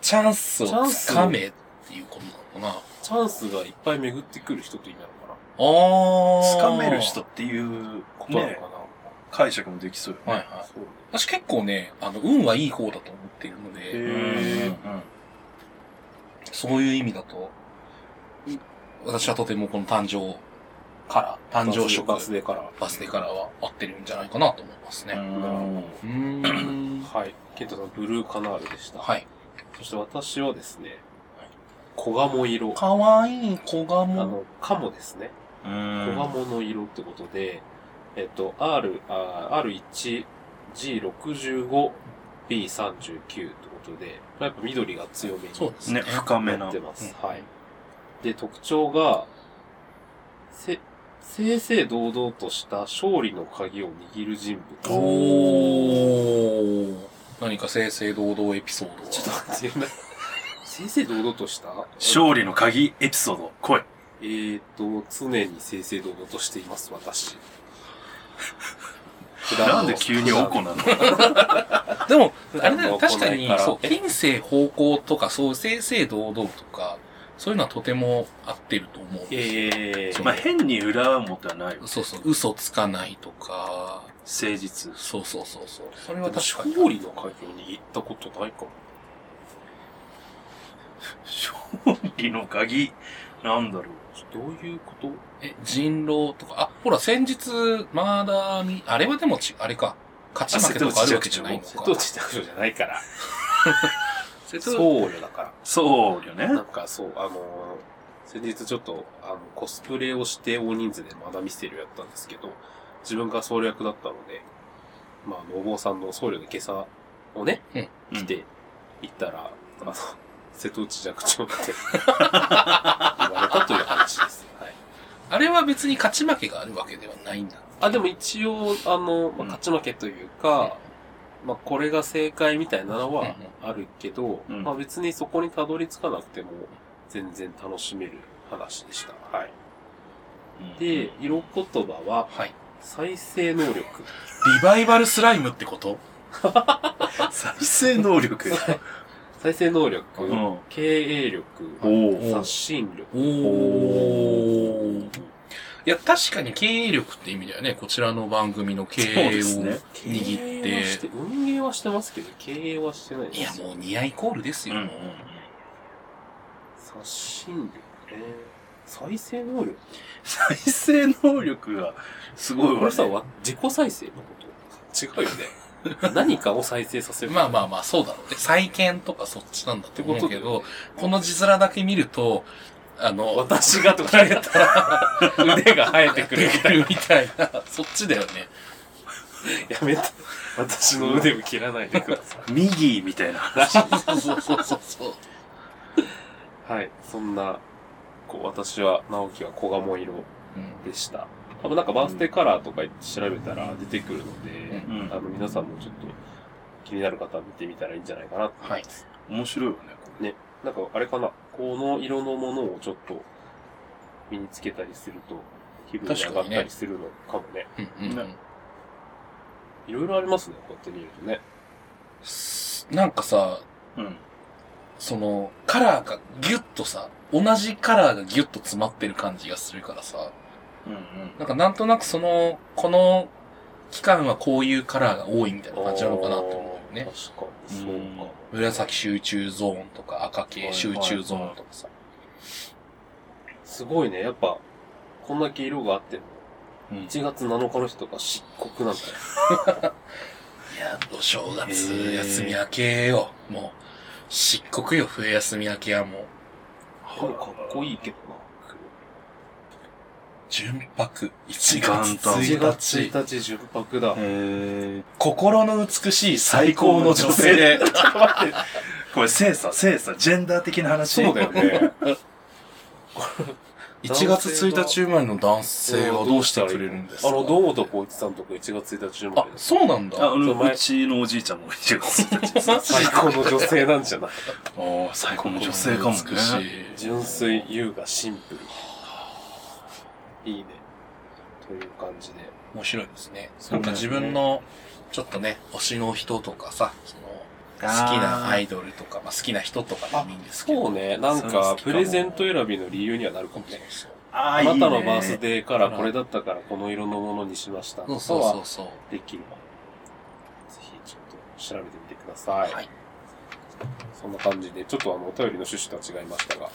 A: チャンスをつかめっていうことなのかな。
B: チャンスがいっぱい巡ってくる人って意味なのかな
A: あー。
C: つかめる人。っていう、
B: ことなの
C: ね
B: か、な、
C: 解釈もできそうよね。
A: はいはい。
B: そうね。
A: 私結構ね、あの、運はいい方だと思っているの
C: う
A: で、
B: へ
C: ん
B: ー
C: うん
A: そういう意味だと、い私はとてもこの誕生から、誕生食、
B: バスでから。
A: バスデからは合ってるんじゃないかなと思いますね。
C: うん
A: うーん。
B: はい。ケントさん、ブルーカナールでした。
A: はい。
B: そして私はですね、小鴨色。あ
A: かわいい子がも。
B: の、カモですね。小
C: うん。
B: 鴨の色ってことで、えっと、R、あ R1、G65、B39 ってことで、やっぱ緑が強めに
A: そうです
C: ね、
A: ね。
C: 深め
B: な
C: な
B: って。ます。
A: うん
B: はい。で、特徴が、せ、正々堂々とした勝利の鍵を握る人物。
A: おー。何か正々堂々エピソードは
B: ちょっと待って、 正々堂々とした
C: 勝利の鍵エピソード、来い。
B: えーと、常に正々堂々としています、私。普段の
C: なんで急におこなの
A: でも、
B: 普
A: あ
B: 段
A: れだよ、確かに
B: 行、
A: そう、
B: え
A: 近世方向とか、そう、正々堂々とか、そういうのはとても合ってると思う。
B: えー
A: そう
C: まあ、変に裏は持たないよ。
A: そうそう、嘘つかないとか、
C: 誠実。
A: そうそうそうそう。それ
B: で
A: は
B: も
A: 確かに。
B: 勝利の鍵を握ったことないかも。
C: 勝利の鍵、なんだろ
B: どういうこと
A: え、人狼とか、あ、ほら、先日、マーダーミ、あれはでもち、あれか。勝ち負けとかあるわけじゃないの
B: 瀬戸
A: か。
B: 内卓上じゃないから。
A: 瀬戸内
B: 僧侶だか
C: う。そうよね
B: ら。。なんかそう、あのー先日ちょっと、あの、コスプレをして大人数でマダミステリーをやったんですけど、自分が僧侶役だったので、まあ、あのお坊さんの僧侶の今朝をね、
C: うん
B: 来て、行ったら、あの、 瀬戸内寂 聴って言われたという話です。はい。
A: あれは別に勝ち負けがあるわけではないんだ。
B: あ、でも一応、あの、ま
C: うん
B: あ、勝ち負けというか、まあ、これが正解みたいなのはあるけど、
C: うん
B: まあ、別にそこにたどり着かなくても、全然楽しめる話でした。はい。で、色言葉は、
A: はい。
B: 再生能力。
A: リバイバルスライムってこと
C: 再生能 力。
B: 再生能力、
C: うん。お
B: 経営力、
C: ー
B: 刷新力。
A: おー。いや、確かに経営力って意味だよね。こちらの番組の経
C: そう
A: 営
C: です
A: を。
C: ね。
A: 握って
B: 経営はして運営はしてますけど、経営はしてない
A: いや、
B: う。
A: もう似合いイコールです
C: うん
A: よ。
C: うんうん。
B: 刷新力ね。再生能力
C: 再生能力がすごいわ、
B: こ
C: ね
B: れ。さ、わ自己再生のこと違うよね。何かを再生させる。
A: まあまあまあ、そうだろうね。再建とかそっちなんだってことだけど、この字面だけ見ると、あの、
B: 私がと
A: 取
B: から言
A: れ
B: った
A: ら、
B: ら腕が生えてくるみたい
A: みたいな、そっちだよね。
B: な。やめて。私の腕を切らないでくださ
C: ミギーみたいな。
A: そうそうそうそうそう。
B: い。はい。そんな、こう、私は、直樹は小鴨色
A: うん
B: でした。あとなんかバースデーカラーとか調べたら出てくるので、
C: う
B: あの
C: ん。
B: 皆さんもちょっと気になる方は見てみたらいいんじゃないかなと思います。
C: 面白いよね。
B: なんかあれかな、この色のものをちょっと身につけたりすると、気分が上がったりするのかもね。
A: うんうんうん
B: いろいろありますね、こうやって見るとね。
A: すなんかさ、
C: うん。
A: その、カラーがギュッとさ、同じカラーがギュッと詰まってる感じがするからさ、
C: うんうん。
A: なんかなんとなくその、この期間はこういうカラーが多いみたいな感じなのかなと思うよね。
B: あー。確かに、そうか。
A: 紫集中ゾーンとか赤系集中ゾーンとかさ。
B: すごいね、やっぱ、こんだけ色があっても、
C: うん
B: 1月7日の人とか漆黒なんだよ。
A: いや、お正
C: へ
A: 月、
C: ー
A: 休み明けよ。もう、漆黒よ、冬休み明けはもう、
B: かっこいいけどな。
A: 純白。1
C: 元
A: 月
C: 旦
A: 1
B: 1月
A: 日。
B: 1日純白だ。
C: へえ。
A: 心の美しい最高の女性 で。
B: 待って、
C: これ精査、精査、ジェンダー的な話。
B: そうだよね。
A: 1月1日生まれの男性はどうしてくれるんですか
B: あの、堂本光一さんとか1月1日生ま
A: あ
B: れ、です。
A: そうなんだ。
C: あ、
A: あ
C: うん
B: そう前
C: うちのおじいちゃんも1月1日。
B: 最高の女性なんじゃない
C: ああ、最高の女性かもね。
A: 美しい。
B: 純粋、優雅、シンプル。いいね。という感じで。
A: 面白いですね。
C: そ
A: な
C: うんだ
A: か
C: よね
A: 自分の、ちょっとね、推しの人とかさ、その、好き
C: あー
A: なアイドルとか、まあ好きな人とかでもいいんですけど。
B: そうね。なん
C: それ好
B: か
C: き、か
B: プ
C: も
B: レゼント選びの理由にはなるかも
A: そう
B: ね。
A: そう
C: あ
B: あなたのバース
C: で
B: デーからこれだったからこの色のものにしました。
A: そうそうそうそう。
B: できれば、ぜひちょっと調べてみてください。
A: はい
B: そんな感じで、ちょっとあの、お便りの趣旨とは違いましたが、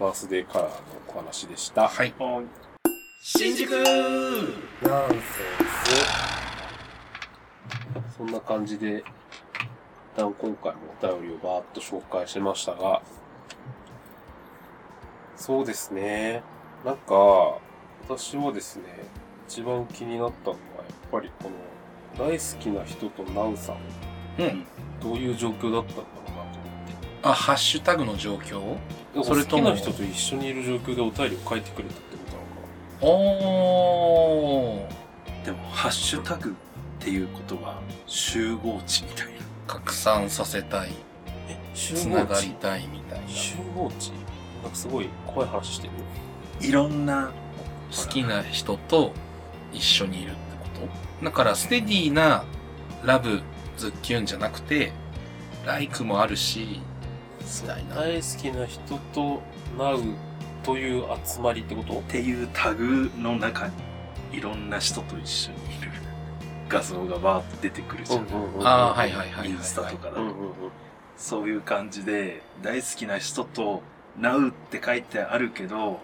B: バースデーカラーのお話でした。
A: はい。
C: 新宿
B: ナンセンス。そんな感じで、一旦今回もお便りをバーッと紹介しましたが、そうですね。なんか、私はですね、一番気になったのはやっぱりこの、大好きな人とナウさん、
A: うん。
B: どういう状況だったのかなと
A: あ、ハッシュタグの状況
B: 思って。
A: そ
B: そ
A: れ
B: れ
A: と
B: と
A: も
B: 好きな人と一緒にいる状況でお便りを書いてくれたってことなのかな
A: おー。
C: でも、ハッシュタグっていうことは、集合値みたいな。
A: 拡散させたい。
B: え、集
A: つながりたいみたいな。
B: 集合値なんかすごい怖い話してる
C: いろんな、
A: 好きな人と一緒にいるってことだからステディーなラブズッキュンじゃなくてライクもあるしみたいな
B: 大好きな人となうという集まりってこと
C: っていうタグの中に、いろんな人と一緒にいる画像がバーって出てくるじゃん。
B: う
A: ああはいはいはいはいはい
C: インスタとかだ
B: う
C: と
B: んうんうん
C: そういう感じで、大好きな人と、なうって書いてあるけど、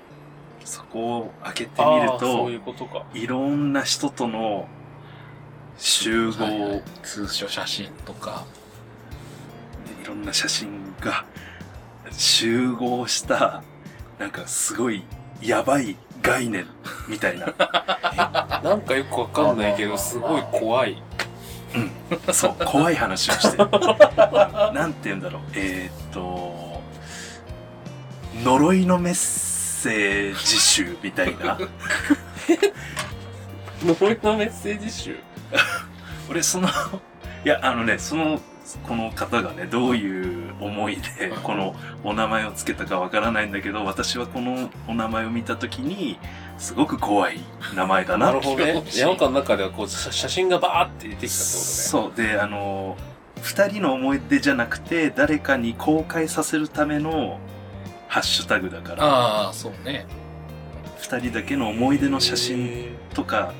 C: そこを開けてみる
B: あーそう
C: と
B: い、うことか
C: いろんな人との集合、
A: はいはい
C: で
A: 通所写真とか
C: いろんな写真が集合した、なんかすごいやばい概念みたいな。
B: なんかよくわかんないけどすごい怖い
C: そう、怖い話をしてる。なんて言うんだろう。えーっと、呪いのメッセージ集みたいな。
B: 呪いのメッセージ集
C: 俺そのいやあのねそのこの方がねどういう思いでこのお名前をつけたかわからないんだけど私はこのお名前を見た時にすごく怖い名前だな
B: なるほどね山岡の中ではこう写写真がバーって出てきたってこ
C: そうであの2人の思い出じゃなくて誰かに公開させるためのハッシュタグだから
A: ああそうね
C: 2人だけの思い出の写
B: と
C: 真
B: ね
C: とか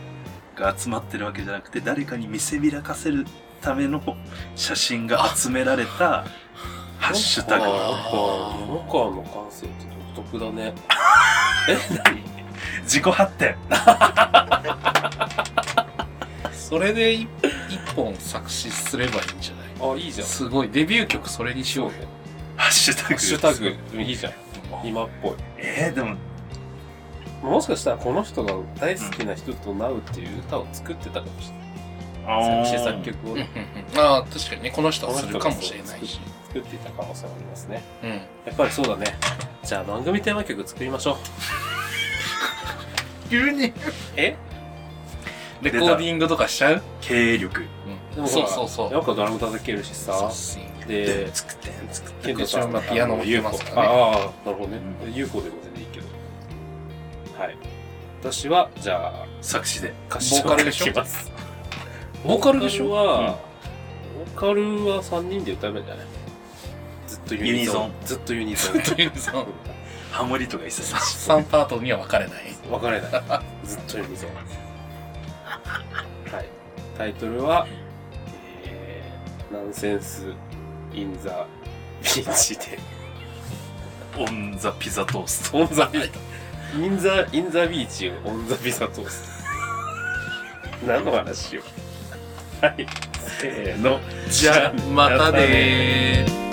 C: が集まってるわけじゃなくて誰かに見せびらかせるための写真が集められたハッシュタグ
B: あー
A: あー
B: やっぱ山川の感性って独特だ ね
C: 自己発展
A: それでい一本作詞すればいいんじゃない
B: あ、いいじゃん。
A: すごい。デビュー曲それにしようよ。
C: ハッシュタグ。
B: ハッシュタグ、いいじゃん。今っぽい。
C: えー、でも、
B: もしかしたらこの人が大好きな人となうっていう歌を作ってたかもしれない。作詞作曲を
A: うんうんう
B: ね、
A: んああ、確かにね、この人はするかもしれないし。
B: 作っていた可能性もありますね。
A: うん。
B: やっぱりそうだね。じゃあ番組テーマ曲作りましょう。
A: 急に
B: え
A: レコーディングとかしちゃう
C: 経営力。
B: で
A: そうそうそう。
B: よくドラム叩けるしさ。で、作って、作って
A: 結構自分がピアノも言えますからね
B: ああ、なるほどね。
C: う
B: UFO でも全然いいけど。はい。私は、じゃあ、
C: 作詞で。
B: 歌
A: ボーカルでしょ
B: 書きます。
A: ボーカルでしょ
B: ボーカルは、ボーカルは3人で歌えばいいんじゃないずっとユニゾン。
C: ユニ
B: ずっとユニゾン。
A: という その
C: ハモリとか一切ない。
A: 3パートには分かれない。
B: 分かれない。ずっとユニゾン。はい。タイトルは、えー、ナンセンス・イン・ザ・ビーチで。
C: オンザピザトースト。
B: オンザビーチ。インザ、インザビーチをオンザビザトースト。何の話よ。はい。せーの。
A: じゃあ、またねー。